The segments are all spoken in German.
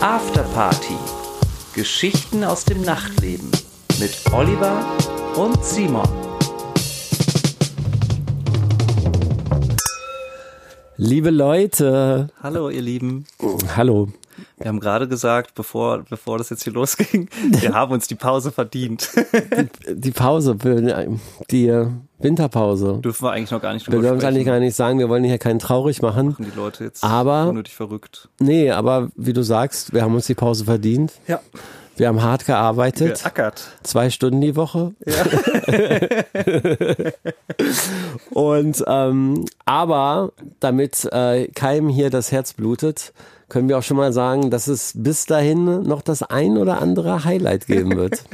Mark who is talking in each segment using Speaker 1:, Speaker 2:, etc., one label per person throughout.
Speaker 1: Afterparty. Geschichten aus dem Nachtleben mit Oliver und Simon.
Speaker 2: Liebe Leute,
Speaker 1: Hallo, ihr Lieben.
Speaker 2: hallo.
Speaker 1: Wir haben gerade gesagt, bevor, bevor das jetzt hier losging, wir haben uns die Pause verdient.
Speaker 2: Die Pause, äh, die Winterpause.
Speaker 1: Dürfen wir eigentlich noch gar nicht
Speaker 2: Wir
Speaker 1: drüber
Speaker 2: wollen
Speaker 1: sprechen.
Speaker 2: eigentlich gar nicht sagen, wir wollen hier keinen traurig machen.
Speaker 1: Machen die Leute jetzt
Speaker 2: Aber-
Speaker 1: unnötig verrückt.
Speaker 2: Nee, aber wie du sagst, wir haben uns die Pause verdient.
Speaker 1: Ja.
Speaker 2: Wir haben hart gearbeitet,
Speaker 1: Geackert.
Speaker 2: zwei Stunden die Woche. Und ähm, aber damit äh, keinem hier das Herz blutet, können wir auch schon mal sagen, dass es bis dahin noch das ein oder andere Highlight geben wird.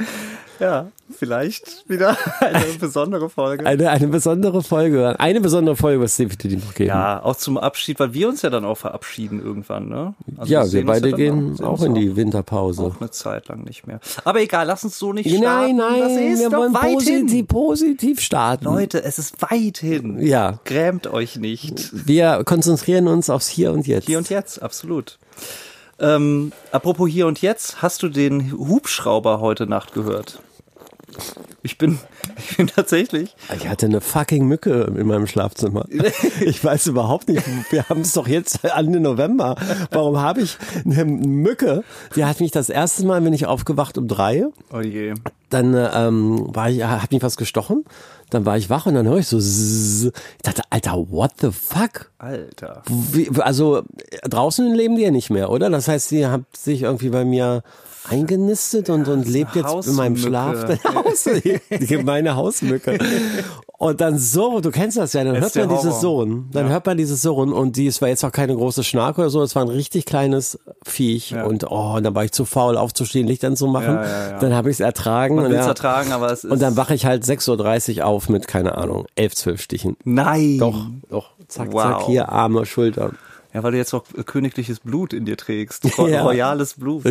Speaker 1: Ja, vielleicht wieder eine besondere Folge.
Speaker 2: Eine, eine besondere Folge. Eine besondere Folge, was definitiv noch geben.
Speaker 1: Ja, auch zum Abschied, weil wir uns ja dann auch verabschieden irgendwann, ne? Also
Speaker 2: ja, wir
Speaker 1: sehen uns
Speaker 2: beide
Speaker 1: dann
Speaker 2: gehen
Speaker 1: noch- sehen
Speaker 2: auch
Speaker 1: uns
Speaker 2: in die Winterpause.
Speaker 1: Auch eine Zeit lang nicht mehr. Aber egal, lass uns so nicht starten.
Speaker 2: Nein,
Speaker 1: das
Speaker 2: nein,
Speaker 1: ist
Speaker 2: wir
Speaker 1: doch
Speaker 2: wollen
Speaker 1: weit
Speaker 2: positiv,
Speaker 1: hin.
Speaker 2: positiv starten.
Speaker 1: Leute, es ist weit hin.
Speaker 2: Ja,
Speaker 1: Grämt euch nicht.
Speaker 2: wir konzentrieren uns aufs Hier und Jetzt.
Speaker 1: Hier und jetzt, absolut. Ähm, apropos hier und jetzt, hast du den Hubschrauber heute Nacht gehört? Ich bin, ich bin tatsächlich.
Speaker 2: Ah, ich hatte eine fucking Mücke in meinem Schlafzimmer. Ich weiß überhaupt nicht, wir haben es doch jetzt Ende November. Warum habe ich eine Mücke? Die hat mich das erste Mal, bin ich aufgewacht um drei.
Speaker 1: Oh je.
Speaker 2: dann äh, ähm, war ich, hat mich was gestochen, dann war ich wach und dann höre ich so, zzzz. ich dachte, Alter, what the fuck?
Speaker 1: Alter.
Speaker 2: Wie, also äh, draußen leben die ja nicht mehr, oder? Das heißt, sie hat sich irgendwie bei mir eingenistet und, und lebt jetzt in meinem Schlaf.
Speaker 1: Hausmücke.
Speaker 2: Haus, die gemeine Hausmücke. Und dann so, du kennst das ja, dann
Speaker 1: Ist
Speaker 2: hört man
Speaker 1: der
Speaker 2: dieses
Speaker 1: Horror.
Speaker 2: Surren. Dann hört man dieses Surren und dies war jetzt auch keine große Schnarke oder so, es war ein richtig kleines Viech und oh, und dann war ich zu faul aufzustehen, Licht anzumachen.
Speaker 1: Ja, ja, ja.
Speaker 2: Dann habe ich es ertragen.
Speaker 1: Ich
Speaker 2: und
Speaker 1: will
Speaker 2: ja.
Speaker 1: ertragen, aber es ist.
Speaker 2: Und dann wache ich halt 6.30 Uhr auf mit, keine Ahnung, 11, 12 Stichen.
Speaker 1: Nein.
Speaker 2: Doch, doch, zack,
Speaker 1: Wow.
Speaker 2: zack, hier Arme, Schultern.
Speaker 1: Ja, weil du jetzt auch königliches Blut in dir trägst.
Speaker 2: Ja.
Speaker 1: Royales Blut.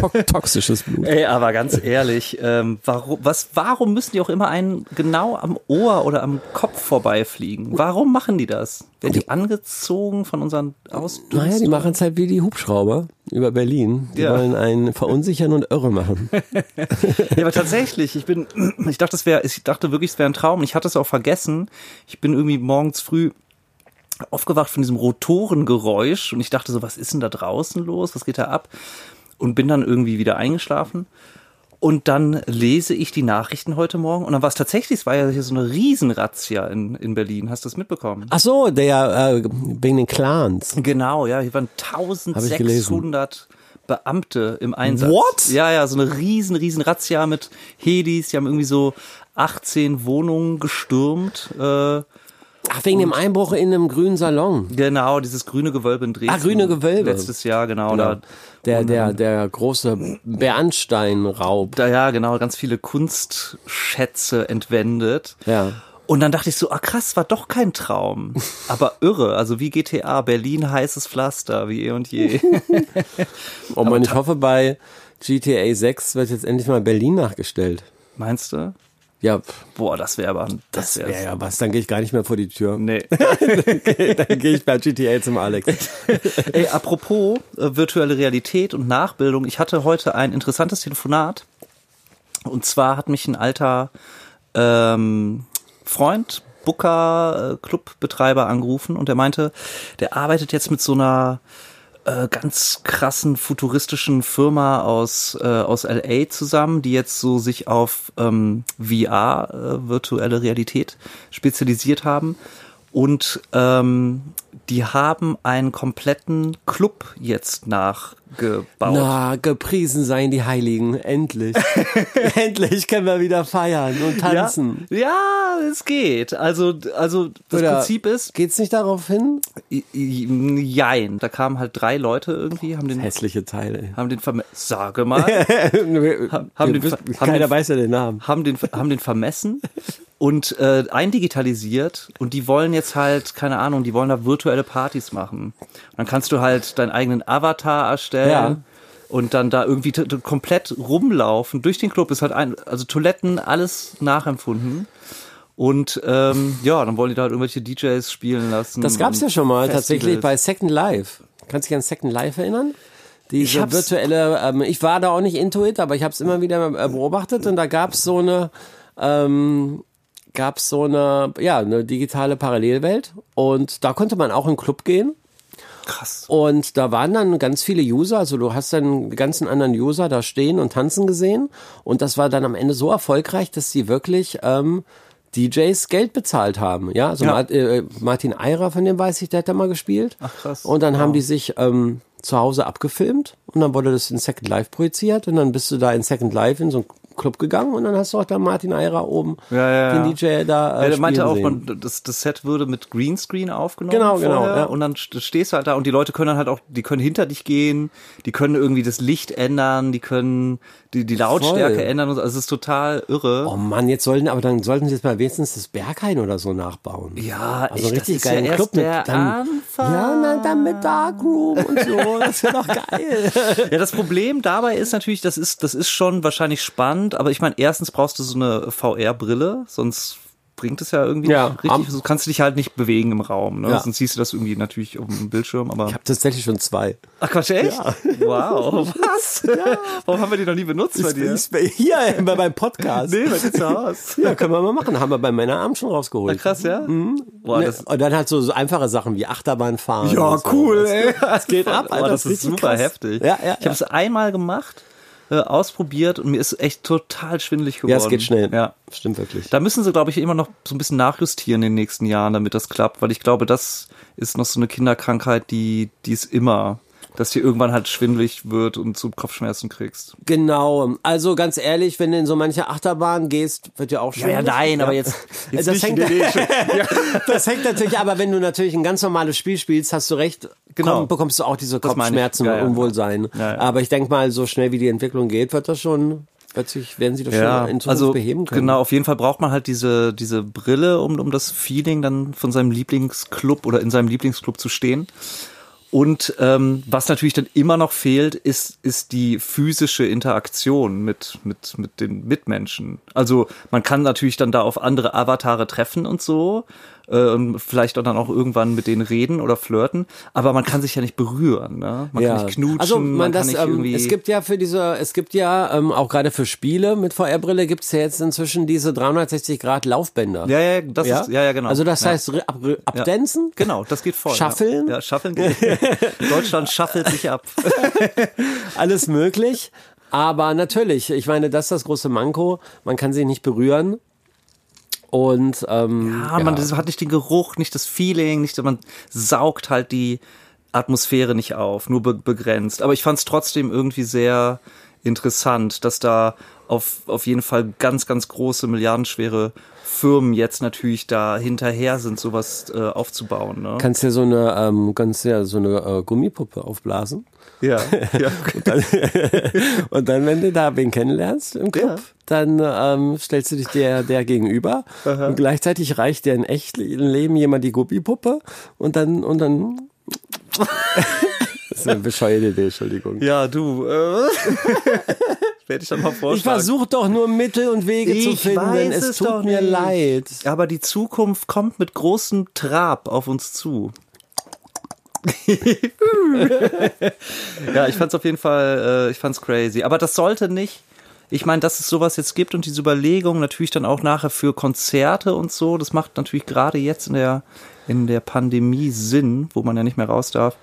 Speaker 2: To toxisches Blut.
Speaker 1: Ey, aber ganz ehrlich, ähm, warum, was, warum müssen die auch immer einen genau am Ohr oder am Kopf vorbeifliegen? Warum machen die das? Werden die angezogen von unseren Ausdünstungen?
Speaker 2: Naja, die machen es halt wie die Hubschrauber über Berlin. Die
Speaker 1: Ja.
Speaker 2: wollen einen verunsichern und irre machen.
Speaker 1: Ja, aber tatsächlich, ich bin, ich dachte, es wäre, ich dachte wirklich, es wäre ein Traum. Ich hatte es auch vergessen. Ich bin irgendwie morgens früh aufgewacht von diesem Rotorengeräusch und ich dachte so, was ist denn da draußen los? Was geht da ab? Und bin dann irgendwie wieder eingeschlafen. Und dann lese ich die Nachrichten heute Morgen. Und dann war es tatsächlich, es war ja hier so eine Riesenrazzia in, in Berlin. Hast du das mitbekommen?
Speaker 2: Ach so, der äh, wegen den Clans.
Speaker 1: Genau, ja, hier waren
Speaker 2: ich gelesen.
Speaker 1: 1600 Beamte im Einsatz.
Speaker 2: What?
Speaker 1: Ja, ja, so eine riesen, riesen Razzia mit Hedis. Die haben irgendwie so 18 Wohnungen gestürmt. Äh,
Speaker 2: Ach, wegen dem Einbruch in einem grünen Salon.
Speaker 1: genau, dieses grüne Gewölbe in Dresden.
Speaker 2: Ah, grüne Gewölbe.
Speaker 1: Letztes Jahr, genau. Da,
Speaker 2: Der, der, der große Bernsteinraub.
Speaker 1: da, ja, genau, ganz viele Kunstschätze entwendet.
Speaker 2: Ja.
Speaker 1: Und dann dachte ich so, ah krass, war doch kein Traum. Aber irre, also wie GTA, Berlin heißes Pflaster, wie eh und je.
Speaker 2: Und man, ich hoffe, bei GTA 6 wird jetzt endlich mal Berlin nachgestellt.
Speaker 1: Meinst du?
Speaker 2: Ja, pff,
Speaker 1: Boah, das wäre aber, das
Speaker 2: ja,
Speaker 1: wäre,
Speaker 2: ja, was, dann gehe ich gar nicht mehr vor die Tür.
Speaker 1: nee.
Speaker 2: Dann gehe ich bei GTA zum Alex.
Speaker 1: Ey, apropos äh, virtuelle Realität und Nachbildung, ich hatte heute ein interessantes Telefonat. Und zwar hat mich ein alter ähm, Freund, Booker, äh, Clubbetreiber angerufen und der meinte, der arbeitet jetzt mit so einer äh, ganz krassen futuristischen Firma aus äh, aus LA zusammen, die jetzt so sich auf ähm, VR äh, virtuelle Realität spezialisiert haben und ähm, die haben einen kompletten Club jetzt nachgebaut.
Speaker 2: Na, gepriesen seien die Heiligen. Endlich. Endlich können wir wieder feiern und tanzen.
Speaker 1: Ja, ja, es geht. Also also das
Speaker 2: Oder
Speaker 1: Prinzip ist
Speaker 2: Geht's nicht darauf hin?
Speaker 1: I- I- Jein. Da kamen halt drei Leute irgendwie, haben den,
Speaker 2: Hässliche Teile.
Speaker 1: haben den verme- sage mal,
Speaker 2: haben,
Speaker 1: haben die- haben
Speaker 2: keiner
Speaker 1: die-
Speaker 2: weiß ja den Namen.
Speaker 1: haben den, haben den vermessen und äh, eindigitalisiert und die wollen jetzt halt, keine Ahnung, die wollen da virtuelle Partys machen. Und dann kannst du halt deinen eigenen Avatar erstellen.
Speaker 2: Ja.
Speaker 1: Und dann da irgendwie t- t- komplett rumlaufen. Durch den Club ist halt ein, also Toiletten, alles nachempfunden. Und ähm, ja, dann wollen die da halt irgendwelche DJs spielen lassen.
Speaker 2: Das gab's
Speaker 1: und
Speaker 2: ja schon mal tatsächlich
Speaker 1: Hm. Festivals.
Speaker 2: bei Second Life. Kannst du dich an Second Life erinnern?
Speaker 1: Ich
Speaker 2: diese
Speaker 1: hab's-
Speaker 2: virtuelle, ähm, ich war da auch nicht intuit, aber ich habe es immer wieder äh, beobachtet und da gab es so eine, ähm, gab es so eine, ja, eine digitale Parallelwelt und da konnte man auch in den Club gehen
Speaker 1: Krass.
Speaker 2: und da waren dann ganz viele User, also du hast dann die ganzen anderen User da stehen und tanzen gesehen. Und das war dann am Ende so erfolgreich, dass sie wirklich ähm, DJs Geld bezahlt haben. Ja, also
Speaker 1: Ja.
Speaker 2: Mart- äh, Martin Eirer, von dem weiß ich, der hat da mal gespielt.
Speaker 1: Ach, krass.
Speaker 2: Und dann haben die sich ähm, zu Hause abgefilmt und dann wurde das in Second Life projiziert und dann bist du da in Second Life in so einen Club gegangen und dann hast du auch da Martin Eirer oben,
Speaker 1: Ja, ja,
Speaker 2: den
Speaker 1: ja.
Speaker 2: DJ da. Äh,
Speaker 1: Ja, der meinte
Speaker 2: spielen
Speaker 1: auch,
Speaker 2: sehen.
Speaker 1: man, das, das Set würde mit Greenscreen aufgenommen.
Speaker 2: Genau, genau,
Speaker 1: vorher,
Speaker 2: ja.
Speaker 1: Und dann st- stehst du halt da und die Leute können dann halt auch, die können hinter dich gehen, die können irgendwie das Licht ändern, die können die, die Lautstärke
Speaker 2: Voll.
Speaker 1: ändern. und so. Also es ist total irre.
Speaker 2: Oh Mann, jetzt sollten, aber dann sollten sie jetzt mal wenigstens das Berghain oder so nachbauen.
Speaker 1: Ja,
Speaker 2: also
Speaker 1: ich- das
Speaker 2: richtig
Speaker 1: ist ja
Speaker 2: geilen
Speaker 1: erst
Speaker 2: Club mit
Speaker 1: der
Speaker 2: dann,
Speaker 1: Anfang.
Speaker 2: Ja, na, dann mit Darkroom und so, das wäre doch geil.
Speaker 1: Ja, das Problem dabei ist natürlich, das ist, das ist schon wahrscheinlich spannend, aber ich meine, erstens brauchst du so eine VR-Brille, sonst bringt es ja irgendwie
Speaker 2: Ja,
Speaker 1: nicht richtig.
Speaker 2: am-
Speaker 1: Du kannst dich halt nicht bewegen im Raum, ne?
Speaker 2: Ja.
Speaker 1: Sonst siehst du das irgendwie natürlich auf dem Bildschirm, aber.
Speaker 2: Ich habe tatsächlich schon zwei.
Speaker 1: Ach Quatsch, echt? Wow, was? Warum haben wir die noch nie benutzt bei dir?
Speaker 2: Ich, ich, hier äh, bei meinem Podcast.
Speaker 1: Nee, bei dir zu Hause.
Speaker 2: Ja, können wir mal machen. Haben wir bei meiner Abend schon rausgeholt.
Speaker 1: Krass, ja? Mhm. Boah,
Speaker 2: Ne,
Speaker 1: das,
Speaker 2: und dann halt so, so einfache Sachen wie Achterbahnfahren. und so.
Speaker 1: ey.
Speaker 2: Das geht ab, Alter.
Speaker 1: Boah, das ist
Speaker 2: richtig
Speaker 1: super
Speaker 2: krass.
Speaker 1: heftig.
Speaker 2: Ja, ja,
Speaker 1: ich habe
Speaker 2: ja.
Speaker 1: es einmal gemacht, äh, ausprobiert und mir ist echt total schwindelig geworden.
Speaker 2: ja, es geht schnell.
Speaker 1: Ja.
Speaker 2: Stimmt wirklich.
Speaker 1: Da müssen sie, glaube ich, immer noch so ein bisschen nachjustieren in den nächsten Jahren, damit das klappt, weil ich glaube, das ist noch so eine Kinderkrankheit, die, die ist immer, dass dir irgendwann halt schwindelig wird und zu Kopfschmerzen kriegst.
Speaker 2: Genau. Also ganz ehrlich, wenn du in so manche Achterbahn gehst, wird ja auch schon.
Speaker 1: jetzt
Speaker 2: Äh, das
Speaker 1: nicht,
Speaker 2: hängt,
Speaker 1: nee, nee, schon.
Speaker 2: das hängt natürlich, aber wenn du natürlich ein ganz normales Spiel spielst, hast du recht,
Speaker 1: Genau.
Speaker 2: komm, bekommst du auch diese
Speaker 1: meine ich.
Speaker 2: Kopfschmerzen
Speaker 1: Ja, ja.
Speaker 2: und Unwohlsein.
Speaker 1: Ja, ja.
Speaker 2: Aber ich denke mal, so schnell wie die Entwicklung geht, wird das schon, wird sich, werden sie das
Speaker 1: Ja,
Speaker 2: schon in Zukunft
Speaker 1: also
Speaker 2: beheben können.
Speaker 1: genau, auf jeden Fall braucht man halt diese diese Brille, um um das Feeling dann von seinem Lieblingsclub oder in seinem Lieblingsclub zu stehen. Und ähm, was natürlich dann immer noch fehlt, ist ist die physische Interaktion mit mit mit den Mitmenschen. Also man kann natürlich dann da auf andere Avatare treffen und so, ähm, vielleicht auch dann auch irgendwann mit denen reden oder flirten. Aber man kann sich ja nicht berühren, ne? Man kann nicht knutschen,
Speaker 2: Also man, das,
Speaker 1: kann nicht
Speaker 2: ähm,
Speaker 1: irgendwie.
Speaker 2: es gibt ja für diese, es gibt ja ähm, auch gerade für Spiele mit VR-Brille gibt's ja jetzt inzwischen diese 360 Grad Laufbänder.
Speaker 1: ja, ja, das ist ja ja genau.
Speaker 2: Also das
Speaker 1: ja.
Speaker 2: heißt re- ab, re- abdancen.
Speaker 1: Genau, das geht voll.
Speaker 2: Shuffeln?
Speaker 1: Ja, ja shuffeln geht. Deutschland schaffelt sich ab.
Speaker 2: alles möglich. Aber natürlich, ich meine, das ist das große Manko. Man kann sich nicht berühren. Und ähm,
Speaker 1: Ah, man das hat nicht den Geruch, nicht das Feeling, nicht, man saugt halt die Atmosphäre nicht auf, nur be begrenzt. Aber ich fand es trotzdem irgendwie sehr interessant, dass da auf, auf jeden Fall ganz, ganz große, milliardenschwere Firmen jetzt natürlich da hinterher sind, sowas äh, aufzubauen. Ne?
Speaker 2: kannst dir so eine, ähm, kannst dir so eine äh, Gummipuppe aufblasen.
Speaker 1: Ja, ja.
Speaker 2: Und dann, wenn du da wen kennenlernst im Club,
Speaker 1: Ja.
Speaker 2: dann ähm, stellst du dich der, der gegenüber. Und gleichzeitig reicht dir in echten Leben jemand die Gummipuppe und dann und dann. das ist eine bescheuerte Idee, Entschuldigung.
Speaker 1: ja du. Äh, Werde ich dann mal vorstellen.
Speaker 2: Ich versuche doch nur Mittel und Wege zu
Speaker 1: Ich
Speaker 2: finden.
Speaker 1: weiß
Speaker 2: es
Speaker 1: es
Speaker 2: tut
Speaker 1: doch
Speaker 2: mir
Speaker 1: nicht.
Speaker 2: leid.
Speaker 1: Aber die Zukunft kommt mit großem Trab auf uns zu. ja, ich fand's auf jeden Fall, äh, ich fand's crazy. Aber das sollte nicht. Ich meine, dass es sowas jetzt gibt und diese Überlegung natürlich dann auch nachher für Konzerte und so, das macht natürlich gerade jetzt in der, in der Pandemie Sinn, wo man ja nicht mehr raus darf.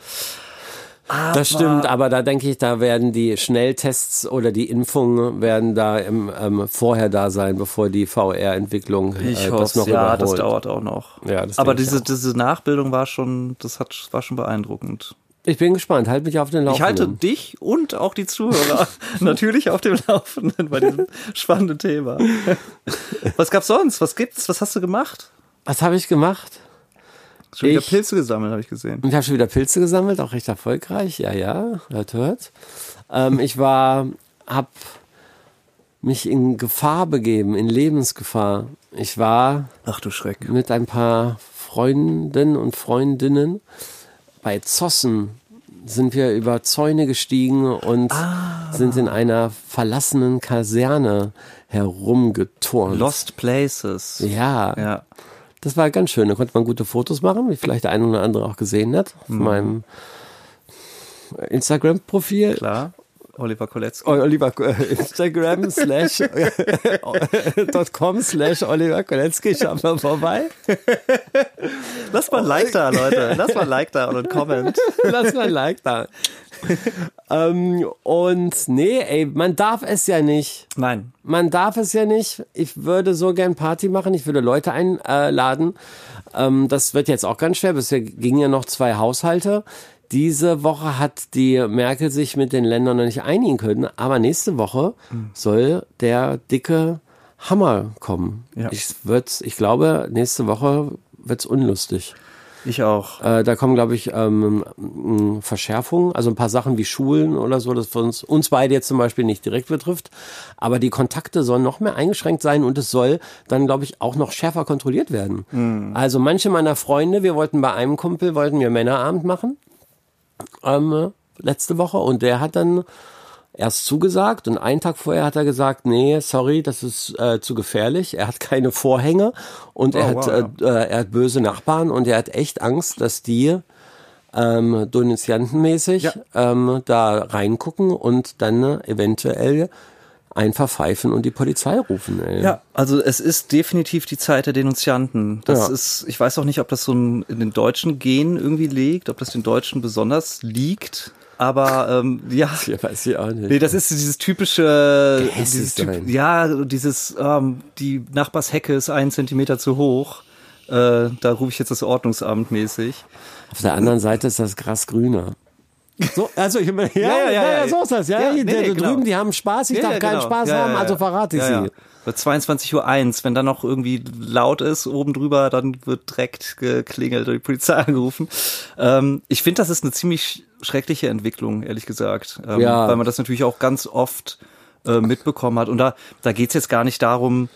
Speaker 2: Das stimmt, aber da denke ich, da werden die Schnelltests oder die Impfungen werden da im, ähm, vorher da sein, bevor die VR-Entwicklung äh, das noch
Speaker 1: ja,
Speaker 2: überholt.
Speaker 1: das dauert auch noch.
Speaker 2: Ja, das
Speaker 1: Aber
Speaker 2: denke ich
Speaker 1: diese,
Speaker 2: auch.
Speaker 1: diese Nachbildung war schon, das hat, war schon beeindruckend.
Speaker 2: Ich bin gespannt, halt mich auf den
Speaker 1: Ich halte
Speaker 2: Laufenden.
Speaker 1: dich und auch die Zuhörer natürlich auf dem Laufenden bei diesem spannenden Thema. Was gab's sonst? Was gibt's? Was hast du gemacht?
Speaker 2: Was habe ich gemacht?
Speaker 1: Schon wieder
Speaker 2: Ich-
Speaker 1: Pilze gesammelt, habe ich gesehen.
Speaker 2: Ich habe schon wieder Pilze gesammelt, auch recht erfolgreich. Ja, ja, hört, hört. Ähm, ich war, hab mich in Gefahr begeben, in Lebensgefahr. Ich war
Speaker 1: Ach du Schreck.
Speaker 2: mit ein paar Freunden und Freundinnen bei Zossen sind wir über Zäune gestiegen und sind in einer verlassenen Kaserne herumgeturnt.
Speaker 1: Lost Places.
Speaker 2: Ja,
Speaker 1: Ja.
Speaker 2: das war ganz Mhm. schön. Da konnte man gute Fotos machen, wie vielleicht der eine oder andere auch gesehen hat. Auf meinem Instagram-Profil.
Speaker 1: Klar. Oliver Koletzki.
Speaker 2: Oliver äh, Instagram slash dot com slash Oliver Koletzki, schaut mal vorbei.
Speaker 1: Lass mal ein Like da, Leute. Lass mal ein Like da und einen Comment.
Speaker 2: Lass mal ein Like da. ähm, und nee, ey, man darf es ja nicht.
Speaker 1: Nein.
Speaker 2: Man darf es ja nicht. Ich würde so gern Party machen. Ich würde Leute einladen. Ähm, das wird jetzt auch ganz schwer. Bisher gingen ja noch zwei Haushalte. Diese Woche hat die Merkel sich mit den Ländern noch nicht einigen können. Aber nächste Woche soll der dicke Hammer kommen.
Speaker 1: Ja.
Speaker 2: Ich, wird's, ich glaube, nächste Woche wird's unlustig.
Speaker 1: Ich auch.
Speaker 2: Äh, da kommen, glaube ich, ähm, m, Verschärfungen, also ein paar Sachen wie Schulen oder so, das für uns, uns beide jetzt zum Beispiel nicht direkt betrifft. Aber die Kontakte sollen noch mehr eingeschränkt sein und es soll dann, glaube ich, auch noch schärfer kontrolliert werden. Also manche meiner Freunde, wir wollten bei einem Kumpel, wollten wir Männerabend machen ähm, letzte Woche und der hat dann erst zugesagt und einen Tag vorher hat er gesagt, nee, sorry, das ist äh, zu gefährlich. Er hat keine Vorhänge und er,
Speaker 1: Oh, wow,
Speaker 2: hat, äh, äh, er hat böse Nachbarn und er hat echt Angst, dass die ähm, Denunziantenmäßig
Speaker 1: Ja.
Speaker 2: ähm, da reingucken und dann äh, eventuell einen verpfeifen und die Polizei rufen. Ey.
Speaker 1: Ja, also es ist definitiv die Zeit der Denunzianten. Das
Speaker 2: Ja.
Speaker 1: ist, ich weiß auch nicht, ob das so ein, in den deutschen Gen irgendwie liegt, ob das den Deutschen besonders liegt. Aber ähm, ja,
Speaker 2: Ich weiß ich auch nicht.
Speaker 1: Nee, das ist dieses typische, äh,
Speaker 2: Gehässig
Speaker 1: dieses
Speaker 2: sein.
Speaker 1: typ, ja, dieses, ähm, die Nachbarshecke ist einen Zentimeter zu hoch. Äh, da rufe ich jetzt das Ordnungsamt mäßig.
Speaker 2: Auf der anderen Seite ist das Gras grüner. So, also ich meine, ja,
Speaker 1: ja, ja, ja.
Speaker 2: so ist das. Ja,
Speaker 1: Ja, nee,
Speaker 2: die, die
Speaker 1: nee, genau.
Speaker 2: drüben, die haben Spaß, ich darf keinen Spaß haben, also verrate ich sie.
Speaker 1: Bei 22.01 Uhr, wenn dann noch irgendwie laut ist oben drüber, dann wird direkt geklingelt oder die Polizei angerufen. Ähm, ich finde, das ist eine ziemlich schreckliche Entwicklung, ehrlich gesagt. Ähm,
Speaker 2: Ja.
Speaker 1: Weil man das natürlich auch ganz oft äh, mitbekommen hat. Und da, da geht's jetzt gar nicht darum,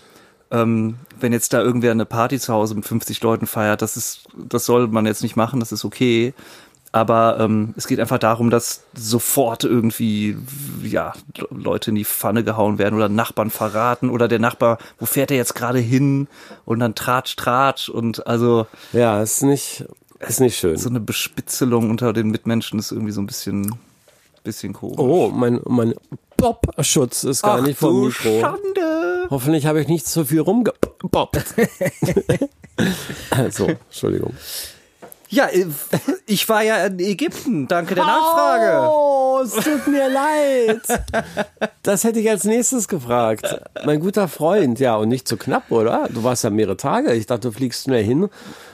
Speaker 1: ähm, wenn jetzt da irgendwer eine Party zu Hause mit 50 Leuten feiert, das ist, das soll man jetzt nicht machen, das ist okay. Aber ähm, es geht einfach darum, dass sofort irgendwie ja Le- Leute in die Pfanne gehauen werden oder Nachbarn verraten oder der Nachbar, wo fährt er jetzt gerade hin? Und dann tratsch, tratsch und also
Speaker 2: Ja, ist nicht, ist nicht schön.
Speaker 1: so eine Bespitzelung unter den Mitmenschen ist irgendwie so ein bisschen, bisschen komisch.
Speaker 2: Oh, mein, mein Bob-Schutz ist gar nicht vom
Speaker 1: du
Speaker 2: Mikro.
Speaker 1: Schande!
Speaker 2: Hoffentlich habe ich nicht so viel rumgebobbt. so, Entschuldigung.
Speaker 1: Ja, äh, ich war ja in Ägypten, danke der Nachfrage.
Speaker 2: Oh, es tut mir leid. Das hätte ich als nächstes gefragt. Mein guter Freund, ja, und nicht zu knapp, oder? Du warst ja mehrere Tage. Ich dachte, du fliegst schnell hin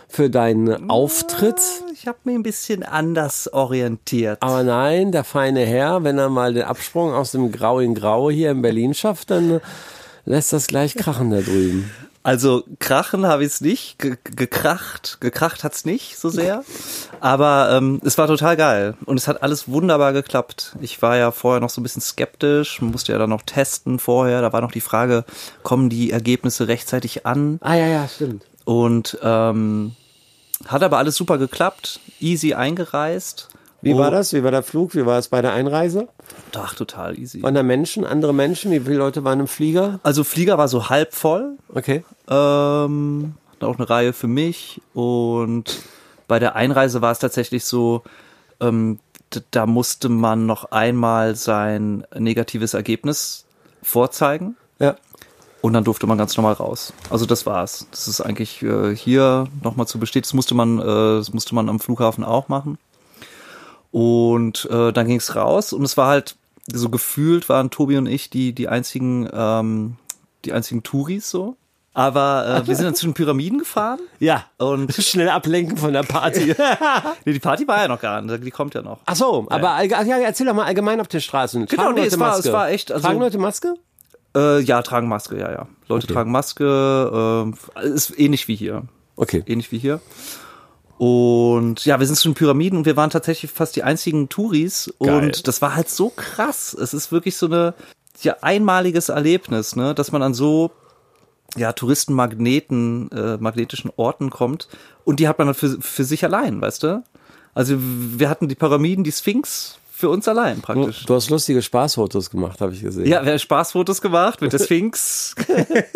Speaker 2: für deinen Auftritt.
Speaker 1: Ich habe mich ein bisschen anders orientiert.
Speaker 2: Aber nein, der feine Herr, wenn er mal den Absprung aus dem Grau in Grau hier in Berlin schafft, dann lässt das gleich krachen da drüben.
Speaker 1: Also krachen habe ich es nicht, ge gekracht, gekracht hat's nicht so sehr, aber ähm, es war total geil und es hat alles wunderbar geklappt. Ich war ja vorher noch so ein bisschen skeptisch, musste ja dann noch testen vorher, da war noch die Frage, kommen die Ergebnisse rechtzeitig an?
Speaker 2: Ah ja, ja, stimmt.
Speaker 1: Und ähm, hat aber alles super geklappt, easy eingereist.
Speaker 2: Wie
Speaker 1: Oh,
Speaker 2: war das? Wie war der Flug? Wie war es bei der Einreise?
Speaker 1: Ach, total easy.
Speaker 2: Waren da Menschen, andere Menschen? Wie viele Leute waren im Flieger?
Speaker 1: Also Flieger war so halb voll,
Speaker 2: Okay.
Speaker 1: Ähm, hatten auch eine Reihe für mich. Und bei der Einreise war es tatsächlich so, ähm, d- da musste man noch einmal sein negatives Ergebnis vorzeigen.
Speaker 2: Ja.
Speaker 1: Und dann durfte man ganz normal raus. Also das war's. Das ist eigentlich äh, hier nochmal zu bestätigen. Das musste man, äh, das musste man am Flughafen auch machen. Und äh, dann ging's raus und es war halt so gefühlt waren Tobi und ich die die einzigen ähm, die einzigen Touris so. Aber äh, wir sind dann zu den Pyramiden gefahren
Speaker 2: Ja.
Speaker 1: und
Speaker 2: Schnell ablenken von der Party.
Speaker 1: nee, die Party war ja noch gar nicht, die kommt ja noch.
Speaker 2: Ach so, aber allge- ach ja, erzähl doch mal allgemein auf der Straße. Tragen
Speaker 1: Genau, nee,
Speaker 2: Leute
Speaker 1: es war-
Speaker 2: Maske?
Speaker 1: es war echt, also-
Speaker 2: Tragen Leute Maske?
Speaker 1: Äh, ja, tragen Maske, ja, ja. Leute tragen Maske, äh, ist ähnlich wie hier.
Speaker 2: Okay.
Speaker 1: ähnlich wie hier. Und ja, wir sind zu den Pyramiden und wir waren tatsächlich fast die einzigen Touris.
Speaker 2: Geil.
Speaker 1: Und das war halt so krass. Es ist wirklich so eine, ja, einmaliges Erlebnis, ne, dass man an so, ja, Touristenmagneten, äh, magnetischen Orten kommt. Und die hat man dann für, für sich allein, weißt du? Also wir hatten die Pyramiden, die Sphinx, Für uns allein praktisch.
Speaker 2: Du hast lustige Spaßfotos gemacht, habe ich gesehen.
Speaker 1: Ja, wir haben Spaßfotos gemacht mit der Sphinx.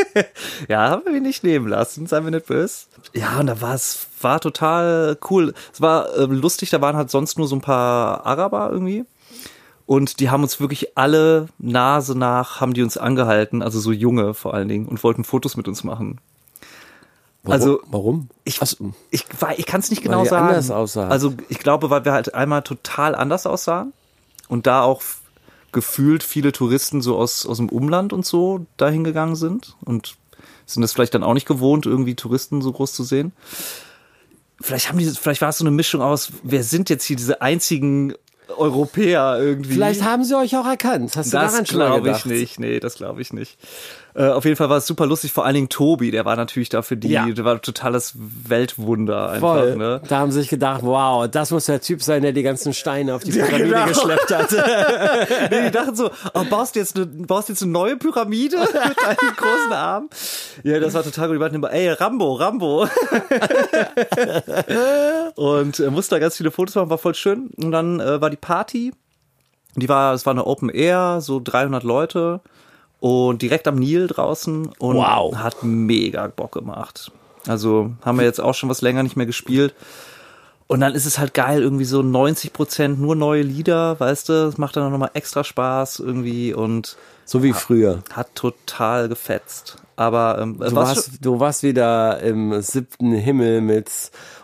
Speaker 1: ja, haben wir nicht nehmen lassen, seien wir nicht böse. Ja, und da war es, war total cool. Es war ähm, lustig, da waren halt sonst nur so ein paar Araber irgendwie. Und die haben uns wirklich alle Nase nach, haben die uns angehalten, also so junge vor allen Dingen, und wollten Fotos mit uns machen.
Speaker 2: warum,
Speaker 1: also-
Speaker 2: warum?
Speaker 1: Ich,
Speaker 2: Ach so.
Speaker 1: ich, wei- ich kann es nicht genau
Speaker 2: Also, die
Speaker 1: sagen.
Speaker 2: anders aussahen.
Speaker 1: Also ich glaube, weil wir halt einmal total anders aussahen und da auch f- gefühlt viele Touristen so aus, aus dem Umland und so dahin gegangen sind und sind es vielleicht dann auch nicht gewohnt, irgendwie Touristen so groß zu sehen. Vielleicht haben die, vielleicht war es so eine Mischung aus, wer sind jetzt hier diese einzigen Europäer irgendwie?
Speaker 2: Vielleicht haben sie euch auch erkannt. Hast du
Speaker 1: Das
Speaker 2: daran schon mal
Speaker 1: glaube
Speaker 2: gedacht?
Speaker 1: ich nicht. Nee, das glaube ich nicht. Äh, auf jeden Fall war es super lustig. Vor allen Dingen Tobi, der war natürlich da für die,
Speaker 2: Ja.
Speaker 1: der war totales Weltwunder einfach.
Speaker 2: Voll.
Speaker 1: Ne?
Speaker 2: Da haben sie sich gedacht, wow, das muss der Typ sein, der die ganzen Steine auf die Pyramide
Speaker 1: genau.
Speaker 2: geschleppt hat.
Speaker 1: Nee, die dachten so, oh, baust du jetzt eine, baust du jetzt eine neue Pyramide mit deinen großen Armen? Ja, das war total gut. Die meinten immer, ey, Rambo, Rambo. und äh, musste da ganz viele Fotos machen, war voll schön. Und dann äh, war die Party. Die war, es war eine Open Air, so 300 Leute und direkt am Nil draußen und
Speaker 2: Wow.
Speaker 1: hat mega Bock gemacht. Also haben wir jetzt auch schon was länger nicht mehr gespielt. Und dann ist es halt geil, irgendwie so 90 Prozent nur neue Lieder, weißt du, das macht dann auch nochmal extra Spaß irgendwie und
Speaker 2: So wie früher.
Speaker 1: hat total gefetzt. Aber ähm,
Speaker 2: Du
Speaker 1: was schon-
Speaker 2: warst, du warst wieder im siebten Himmel mit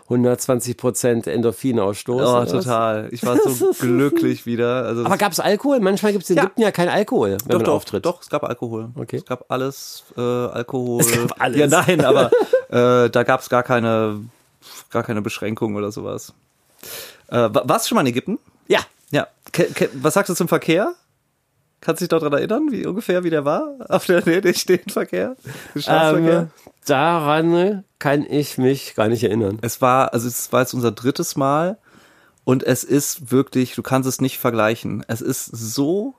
Speaker 2: 120% Endorphinausstoß.
Speaker 1: oh,
Speaker 2: oder was?
Speaker 1: total. Ich war so glücklich wieder. Also
Speaker 2: Aber gab es Alkohol? Manchmal gibt es in
Speaker 1: Ja.
Speaker 2: Ägypten ja kein Alkohol, wenn man
Speaker 1: doch,
Speaker 2: auftritt.
Speaker 1: Doch, es gab Alkohol.
Speaker 2: Okay.
Speaker 1: Es gab alles, äh, Alkohol.
Speaker 2: Es gab alles.
Speaker 1: Ja, nein, aber äh, da gab es gar keine, gar keine Beschränkung oder sowas. Äh, wa- warst du schon mal in Ägypten?
Speaker 2: Ja.
Speaker 1: Ja. Ke ke was sagst du zum Verkehr? Kannst du dich daran erinnern, wie ungefähr wie der war? Auf der nee, den Stehenverkehr? Den Straßenverkehr?
Speaker 2: Ähm, daran kann ich mich gar nicht erinnern.
Speaker 1: Es war, also es war jetzt unser drittes Mal und es ist wirklich, du kannst es nicht vergleichen. Es ist so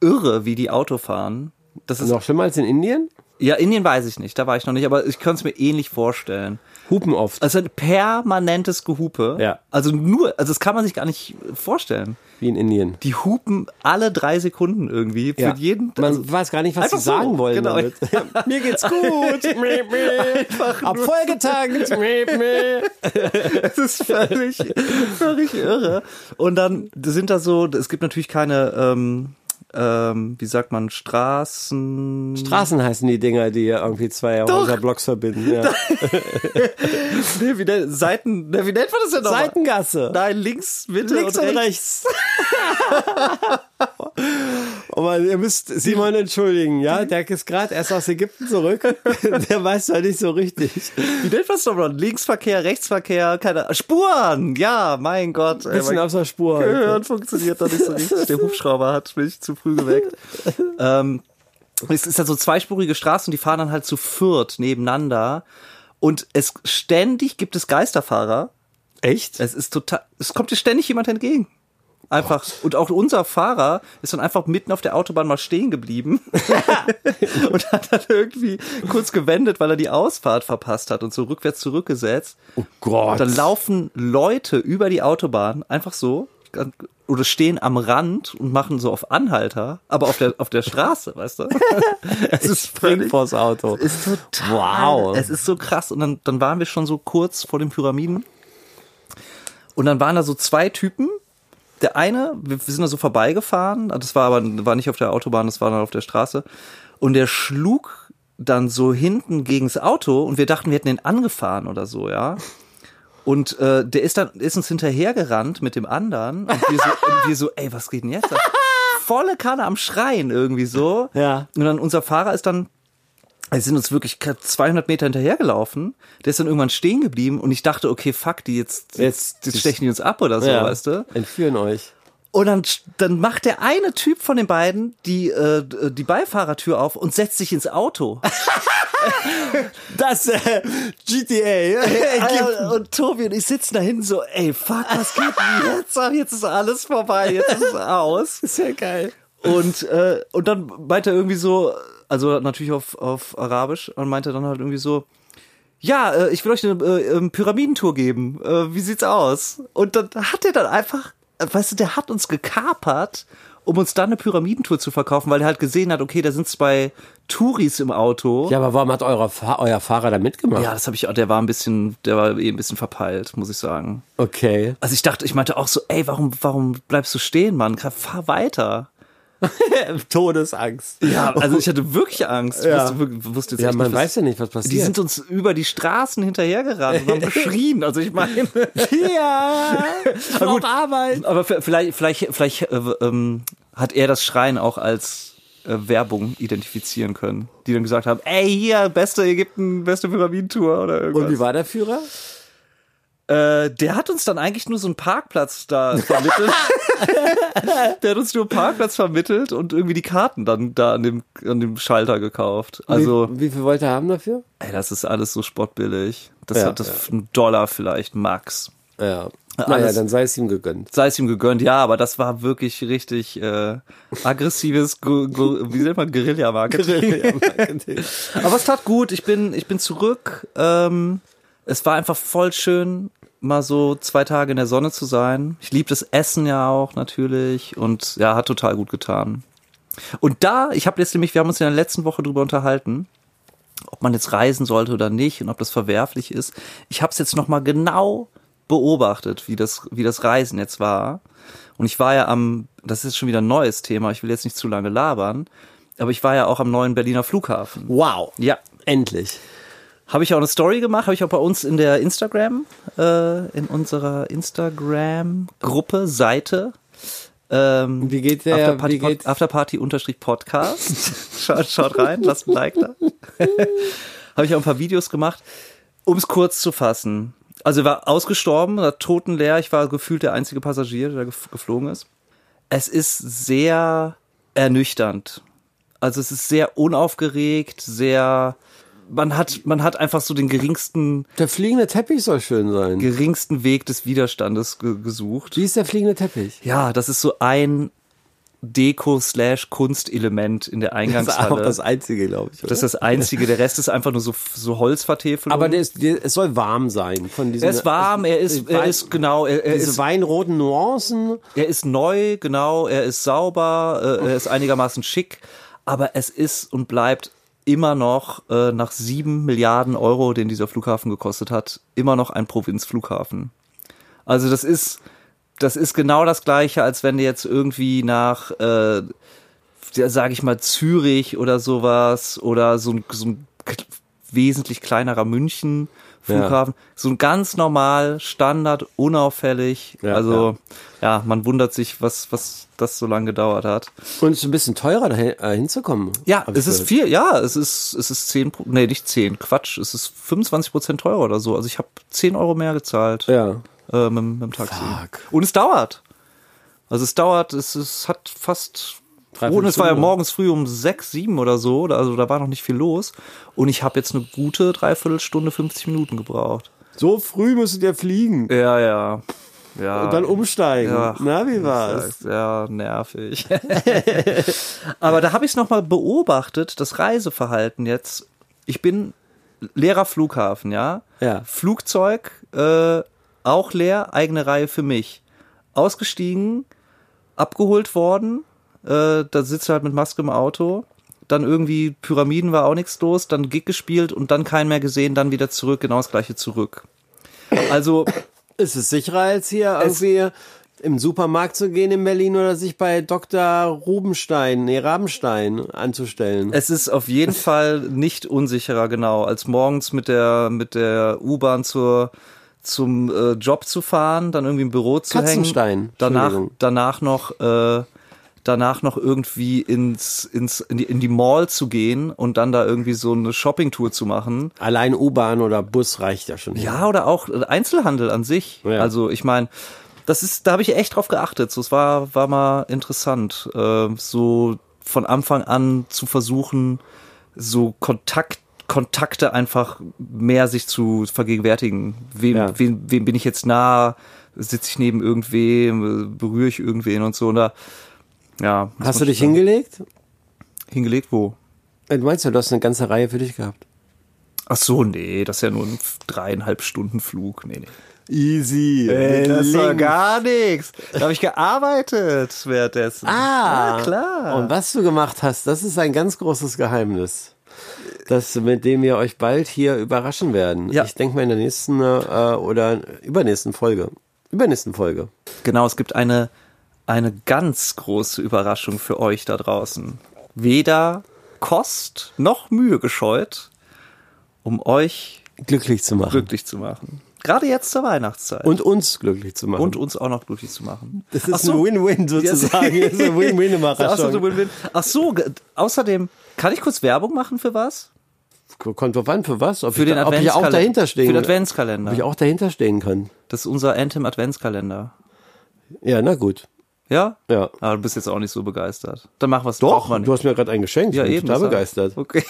Speaker 1: irre, wie die Auto fahren. Das ist
Speaker 2: Noch schlimmer als in Indien?
Speaker 1: Ja, Indien weiß ich nicht, da war ich noch nicht, aber ich könnte es mir ähnlich vorstellen.
Speaker 2: Hupen oft.
Speaker 1: Also ein permanentes Gehupe.
Speaker 2: Ja.
Speaker 1: Also nur, also das kann man sich gar nicht vorstellen.
Speaker 2: Wie in Indien.
Speaker 1: Die hupen alle drei Sekunden irgendwie. Für jeden.
Speaker 2: Man
Speaker 1: also,
Speaker 2: weiß gar nicht, was
Speaker 1: einfach
Speaker 2: sie sagen
Speaker 1: so,
Speaker 2: wollen
Speaker 1: genau.
Speaker 2: damit. Mir geht's gut. Miep, miep. Hab voll getankt. Miep, miep.
Speaker 1: das ist völlig, völlig irre. Und dann sind da so, es gibt natürlich keine, ähm, ähm, wie sagt man, Straßen.
Speaker 2: Straßen heißen die Dinger, die irgendwie zwei Häuserblocks verbinden. Ja.
Speaker 1: Nee, wie, nennt- Seiten, nee, wie nennt man das denn nochmal?
Speaker 2: Seitengasse.
Speaker 1: Nein, links, Mitte
Speaker 2: Links
Speaker 1: und
Speaker 2: und
Speaker 1: rechts.
Speaker 2: rechts. Aber Oh ihr müsst Simon entschuldigen, ja? Der ist gerade erst aus Ägypten zurück. Der weiß doch nicht so richtig.
Speaker 1: Wie nennt man das nochmal? Linksverkehr, Rechtsverkehr, keine Spuren. Ja, mein Gott. ey,
Speaker 2: Bisschen
Speaker 1: mein
Speaker 2: auf der Spur. halt. heute.
Speaker 1: Gehirn funktioniert da nicht so richtig. Der Hubschrauber hat mich zu früh geweckt. Ähm, es ist ja so zweispurige Straßen und die fahren dann halt zu viert nebeneinander. Und es ständig gibt es Geisterfahrer.
Speaker 2: Echt?
Speaker 1: Es ist total, es kommt dir ständig jemand entgegen. Einfach. Und auch unser Fahrer ist dann einfach mitten auf der Autobahn mal stehen geblieben und hat dann irgendwie kurz gewendet, weil er die Ausfahrt verpasst hat und so rückwärts zurückgesetzt.
Speaker 2: Oh Gott.
Speaker 1: Und dann laufen Leute über die Autobahn einfach so ganz- oder stehen am Rand und machen so auf Anhalter, aber auf der auf der Straße, weißt du? es ist
Speaker 2: Spring vors Auto.
Speaker 1: ist total.
Speaker 2: Wow.
Speaker 1: Es ist so krass. Und dann, dann waren wir schon so kurz vor den Pyramiden. Und dann waren da so zwei Typen. Der eine, wir wir sind da so vorbeigefahren. Das war aber war nicht auf der Autobahn, das war dann auf der Straße. Und der schlug dann so hinten gegens Auto und wir dachten, wir hätten den angefahren oder so, ja. Und äh, der ist dann ist uns hinterhergerannt mit dem anderen und wir so, und wir so ey, was geht denn jetzt? ab? Volle Kanne am Schreien irgendwie so.
Speaker 2: Ja.
Speaker 1: Und dann unser Fahrer ist dann die sind uns wirklich 200 Meter hinterhergelaufen. Der ist dann irgendwann stehen geblieben und ich dachte, okay, fuck, die jetzt,
Speaker 2: Jetzt-
Speaker 1: jetzt, jetzt stechen die uns ab oder so,
Speaker 2: Ja.
Speaker 1: weißt du?
Speaker 2: Entführen euch.
Speaker 1: Und dann, dann macht der eine Typ von den beiden die, äh, die Beifahrertür auf und setzt sich ins Auto.
Speaker 2: Das äh, GTA.
Speaker 1: Alter, und Tobi und ich sitzen da hinten so, ey, fuck, was geht denn jetzt? ab? Jetzt ist alles vorbei, jetzt ist es aus.
Speaker 2: ist ja geil.
Speaker 1: Und, äh, und dann meinte er irgendwie so, also natürlich auf, auf Arabisch, und meinte dann halt irgendwie so, ja, äh, ich will euch eine äh, ähm, Pyramidentour geben. Äh, wie sieht's aus? Und dann hat er dann einfach äh, weißt du, der hat uns gekapert, um uns dann eine Pyramidentour zu verkaufen, weil er halt gesehen hat, okay, da sind zwei Touris im Auto.
Speaker 2: Ja, aber warum hat euer, Fa- euer Fahrer da mitgemacht?
Speaker 1: Ja, das habe ich auch, der war ein bisschen, der war eh ein bisschen verpeilt, muss ich sagen.
Speaker 2: Okay.
Speaker 1: Also ich dachte, ich meinte auch so, ey, warum, warum bleibst du stehen, Mann? Fahr weiter.
Speaker 2: Todesangst.
Speaker 1: Ja, also ich hatte wirklich Angst.
Speaker 2: Ja.
Speaker 1: Ich wusste, wusste jetzt
Speaker 2: Ja,
Speaker 1: echt
Speaker 2: man
Speaker 1: nicht, was-
Speaker 2: weiß ja nicht, was
Speaker 1: Die
Speaker 2: passiert.
Speaker 1: sind uns über die Straßen hinterhergerannt und haben geschrien. Also ich meine,
Speaker 2: ja, auf Arbeit.
Speaker 1: aber v- vielleicht, vielleicht, vielleicht äh, ähm, hat er das Schreien auch als äh, Werbung identifizieren können, die dann gesagt haben, ey, hier, beste Ägypten, beste Pyramidentour oder irgendwas.
Speaker 2: Und wie war der Führer?
Speaker 1: Äh, der hat uns dann eigentlich nur so einen Parkplatz da vermittelt. der hat uns nur einen Parkplatz vermittelt und irgendwie die Karten dann da an dem, an dem Schalter gekauft. Also,
Speaker 2: wie, wie viel wollte er haben dafür?
Speaker 1: ey, das ist alles so spottbillig. Das
Speaker 2: Ja,
Speaker 1: hat das ein Dollar vielleicht, Max.
Speaker 2: Ja. Naja,
Speaker 1: Äh, Alles-
Speaker 2: dann sei es ihm gegönnt.
Speaker 1: Sei es ihm gegönnt, ja, aber das war wirklich richtig äh, aggressives, Gu- Gu- wie nennt man Guerilla-Marketing. Aber es tat gut, ich bin, ich bin zurück. Ähm, es war einfach voll schön, mal so zwei Tage in der Sonne zu sein. Ich liebe das Essen ja auch natürlich und ja, hat total gut getan. Und da, ich habe jetzt nämlich, wir haben uns in der letzten Woche drüber unterhalten, ob man jetzt reisen sollte oder nicht und ob das verwerflich ist. Ich habe es jetzt nochmal genau beobachtet, wie das, wie das Reisen jetzt war. Und ich war ja am, das ist schon wieder ein neues Thema, ich will jetzt nicht zu lange labern, aber ich war ja auch am neuen Berliner Flughafen.
Speaker 2: Wow.
Speaker 1: Ja.
Speaker 2: Endlich.
Speaker 1: Habe ich auch eine Story gemacht, habe ich auch bei uns in der Instagram, äh, in unserer Instagram-Gruppe, Seite. Ähm,
Speaker 2: Wie geht der-
Speaker 1: Afterparty,
Speaker 2: wie geht's?
Speaker 1: Afterparty unterstrich Podcast. schaut, schaut rein, lasst ein Like da. habe ich auch ein paar Videos gemacht. Um es kurz zu fassen. Also war ausgestorben, war totenleer. Ich war gefühlt der einzige Passagier, der gef- geflogen ist. Es ist sehr ernüchternd. Also es ist sehr unaufgeregt, sehr man hat man hat einfach so den geringsten
Speaker 2: Der fliegende Teppich soll schön sein.
Speaker 1: geringsten Weg des Widerstandes ge gesucht.
Speaker 2: Wie ist der fliegende Teppich?
Speaker 1: Ja, das ist so ein Deko/Kunstelement in der Eingangshalle. Das ist,
Speaker 2: einzige, glaube ich.
Speaker 1: ne? das einzige. Der Rest ist einfach nur so so Holzvertäfelung.
Speaker 2: Aber der ist, der, es soll warm sein von diesen.
Speaker 1: er ist warm, er ist er ist genau, er, er
Speaker 2: Diese
Speaker 1: ist
Speaker 2: weinroten Nuancen.
Speaker 1: Er ist neu, genau, er ist sauber, äh, er ist einigermaßen schick, aber es ist und bleibt immer noch äh, nach sieben Milliarden Euro, den dieser Flughafen gekostet hat, immer noch ein Provinzflughafen. Also das ist, das ist genau das Gleiche, als wenn du jetzt irgendwie nach, äh, ja, sag ich mal, Zürich oder sowas oder so ein, so ein k- wesentlich kleinerer München Flughafen, so ein ganz normal, Standard, unauffällig.
Speaker 2: Ja,
Speaker 1: also ja. man wundert sich, was, was das so lange gedauert hat.
Speaker 2: Und es ist ein bisschen teurer, da äh, hinzukommen.
Speaker 1: Ja,
Speaker 2: Hab ich
Speaker 1: es ist
Speaker 2: gehört.
Speaker 1: viel, ja, es ist, es ist 10, Pro- nee, nicht 10, Quatsch, es ist 25 Prozent teurer oder so. Also ich habe 10 Euro mehr gezahlt
Speaker 2: Ja.
Speaker 1: äh, mit, dem- mit dem Taxi.
Speaker 2: Fuck.
Speaker 1: Und es dauert. Also es dauert, es, es hat fast.
Speaker 2: Dreiviertel
Speaker 1: Ohne, es war ja
Speaker 2: Stunde.
Speaker 1: morgens früh um sechs, sieben oder so, da- also da war noch nicht viel los. Und ich habe jetzt eine gute Dreiviertelstunde, 50 Minuten gebraucht.
Speaker 2: So früh müsstet ihr fliegen
Speaker 1: Ja, ja. Ja.
Speaker 2: und dann umsteigen.
Speaker 1: Ja.
Speaker 2: Na, wie war's?
Speaker 1: Das ist ja nervig. Aber da habe ich es nochmal beobachtet, das Reiseverhalten jetzt. Ich bin leerer Flughafen, ja.
Speaker 2: Ja.
Speaker 1: Flugzeug äh, auch leer, eigene Reihe für mich. Ausgestiegen, abgeholt worden, äh, da sitzt du halt mit Maske im Auto. Dann irgendwie Pyramiden war auch nichts los, dann Gig gespielt und dann keinen mehr gesehen, dann wieder zurück, genau das gleiche zurück. Also
Speaker 2: Ist es sicherer als hier irgendwie im Supermarkt zu gehen in Berlin oder sich bei Dr. Rubenstein, nee, Rabenstein anzustellen?
Speaker 1: Es ist auf jeden Fall nicht unsicherer, genau, als morgens mit der, mit der U-Bahn zur, zum äh, Job zu fahren, dann irgendwie im Büro zu
Speaker 2: Katzenstein,
Speaker 1: hängen. Danach,
Speaker 2: Entschuldigung.
Speaker 1: danach noch, äh, danach noch irgendwie ins, ins, in die, in die Mall zu gehen und dann da irgendwie so eine Shoppingtour zu machen.
Speaker 2: Allein U-Bahn oder Bus reicht ja schon.
Speaker 1: Ja, oder auch äh, Einzelhandel an sich.
Speaker 2: Ja.
Speaker 1: Also ich meine, das ist, da habe ich echt drauf geachtet. So, es war, war mal interessant, äh, so von Anfang an zu versuchen, so Kontakt, Kontakte einfach mehr sich zu vergegenwärtigen. Wem,
Speaker 2: Ja.
Speaker 1: wem, wem bin ich jetzt nah? Sitze ich neben irgendwem? Berühre ich irgendwen und so? Und da, ja, muss
Speaker 2: Hast du
Speaker 1: man
Speaker 2: dich hingelegt?
Speaker 1: hingelegt wo?
Speaker 2: Äh, Du meinst ja, du hast eine ganze Reihe für dich gehabt.
Speaker 1: Ach so, nee, das ist ja nur ein dreieinhalb Stunden Flug. Nee, nee.
Speaker 2: Easy.
Speaker 1: das war
Speaker 2: Link.
Speaker 1: Äh, gar nichts. Da habe ich gearbeitet währenddessen.
Speaker 2: Ah,
Speaker 1: Ja, klar.
Speaker 2: Und was du gemacht hast, das ist ein ganz großes Geheimnis. Das, mit dem wir euch bald hier überraschen werden.
Speaker 1: Ja.
Speaker 2: Ich denke mal in der nächsten äh, oder übernächsten Folge. Übernächsten Folge.
Speaker 1: Genau, es gibt eine, eine ganz große Überraschung für euch da draußen. Weder Kost noch Mühe gescheut, um euch
Speaker 2: Glücklich zu machen.
Speaker 1: glücklich zu machen. Gerade jetzt zur Weihnachtszeit.
Speaker 2: Und uns glücklich zu machen.
Speaker 1: Und uns auch noch glücklich zu machen.
Speaker 2: das ist ein Win-Win sozusagen.
Speaker 1: Ja,
Speaker 2: Das ist eine Win-Win-Überraschung.
Speaker 1: Win-Win. Ach so, ge- außerdem, kann ich kurz Werbung machen für was?
Speaker 2: Kommt drauf an, für was? Ob
Speaker 1: Für
Speaker 2: ich,
Speaker 1: den
Speaker 2: da, ob ich
Speaker 1: Adventskalender.
Speaker 2: auch dahinter stehen
Speaker 1: Für den
Speaker 2: kann.
Speaker 1: Adventskalender.
Speaker 2: Ob ich auch dahinter stehen kann.
Speaker 1: Das ist unser Anthem Adventskalender.
Speaker 2: Ja, na gut.
Speaker 1: Ja?
Speaker 2: Ja.
Speaker 1: Aber du bist jetzt auch nicht so begeistert. Dann mach was
Speaker 2: Doch,
Speaker 1: man
Speaker 2: du hast mir gerade ein Geschenk.
Speaker 1: Ja,
Speaker 2: ich bin
Speaker 1: eben.
Speaker 2: total
Speaker 1: das-
Speaker 2: begeistert.
Speaker 1: Okay.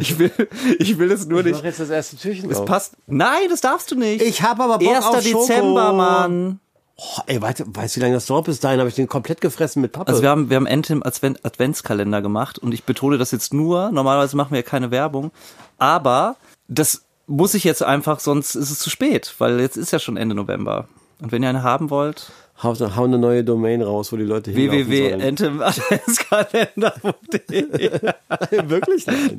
Speaker 1: ich, will, ich will es nur nicht.
Speaker 2: jetzt das erste Türchen
Speaker 1: Es passt. Nein, das darfst du nicht.
Speaker 2: Ich habe aber Bock
Speaker 1: 1.
Speaker 2: auf Schoko.
Speaker 1: Dezember, Mann.
Speaker 2: Oh, ey, weißt, weißt du, wie lange das Dorf bis dahin habe ich den komplett gefressen mit Pappe.
Speaker 1: Also wir haben, wir haben Anthem Advent, Adventskalender gemacht und ich betone das jetzt nur, normalerweise machen wir ja keine Werbung, aber das muss ich jetzt einfach, sonst ist es zu spät, weil jetzt ist ja schon Ende November. Und wenn ihr eine haben wollt,
Speaker 2: hau, hau eine neue Domain raus, wo die Leute hinlaufen sollen.
Speaker 1: www.antimadventskalender.de
Speaker 2: Wirklich?
Speaker 1: Nein.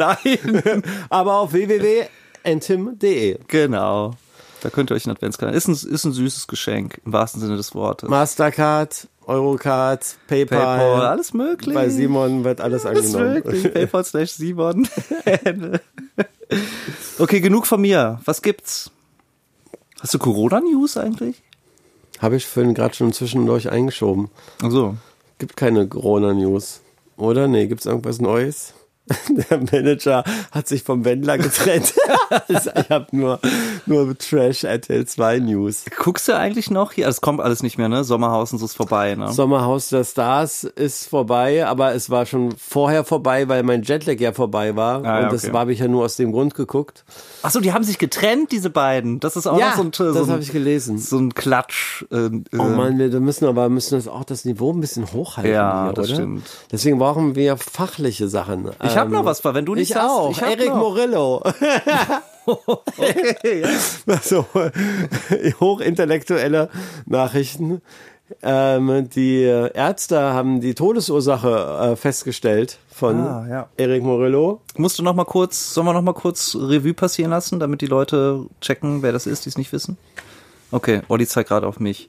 Speaker 2: aber auf www.entim.de.
Speaker 1: Genau. Da könnt ihr euch einen Adventskalender. Ist ein, ist ein süßes Geschenk, im wahrsten Sinne des Wortes.
Speaker 2: Mastercard, Eurocard, PayPal.
Speaker 1: PayPal, alles möglich.
Speaker 2: Bei Simon wird alles
Speaker 1: Alles
Speaker 2: angenommen.
Speaker 1: möglich. PayPal slash Simon. okay, genug von mir. Was gibt's? Hast du Corona-News eigentlich?
Speaker 2: Habe ich vorhin gerade schon zwischendurch eingeschoben.
Speaker 1: Also
Speaker 2: Gibt keine Corona-News. Oder? Nee, gibt's irgendwas Neues? Der Manager hat sich vom Wendler getrennt. ich habe nur, nur Trash RTL 2 News.
Speaker 1: Guckst du eigentlich noch hier? Es kommt alles nicht mehr, ne? Sommerhaus und so ist vorbei, ne?
Speaker 2: Sommerhaus der Stars ist vorbei, aber es war schon vorher vorbei, weil mein Jetlag ja vorbei war.
Speaker 1: Ah, ja,
Speaker 2: und das
Speaker 1: okay.
Speaker 2: habe ich ja nur aus dem Grund geguckt.
Speaker 1: Ach so, die haben sich getrennt, diese beiden. Das ist auch noch so ein, so
Speaker 2: das
Speaker 1: ein,
Speaker 2: habe ich gelesen.
Speaker 1: so ein Klatsch. Äh, äh,
Speaker 2: Oh Mann, wir müssen aber müssen das auch das Niveau ein bisschen hochhalten.
Speaker 1: Ja,
Speaker 2: hier,
Speaker 1: das
Speaker 2: oder?
Speaker 1: stimmt.
Speaker 2: Deswegen brauchen wir fachliche Sachen. Ähm,
Speaker 1: Ich hab noch was, wenn du nicht
Speaker 2: ich
Speaker 1: hast,
Speaker 2: Auch.
Speaker 1: ich hab
Speaker 2: Eric
Speaker 1: noch.
Speaker 2: Morillo.
Speaker 1: okay, ja.
Speaker 2: Also äh, hochintellektuelle Nachrichten. Ähm, die Ärzte haben die Todesursache äh, festgestellt von
Speaker 1: Ah, ja.
Speaker 2: Eric Morillo.
Speaker 1: Musst du noch mal kurz, sollen wir noch mal kurz Revue passieren lassen, damit die Leute checken, wer das ist, die es nicht wissen? Okay, Olli zeigt gerade auf mich.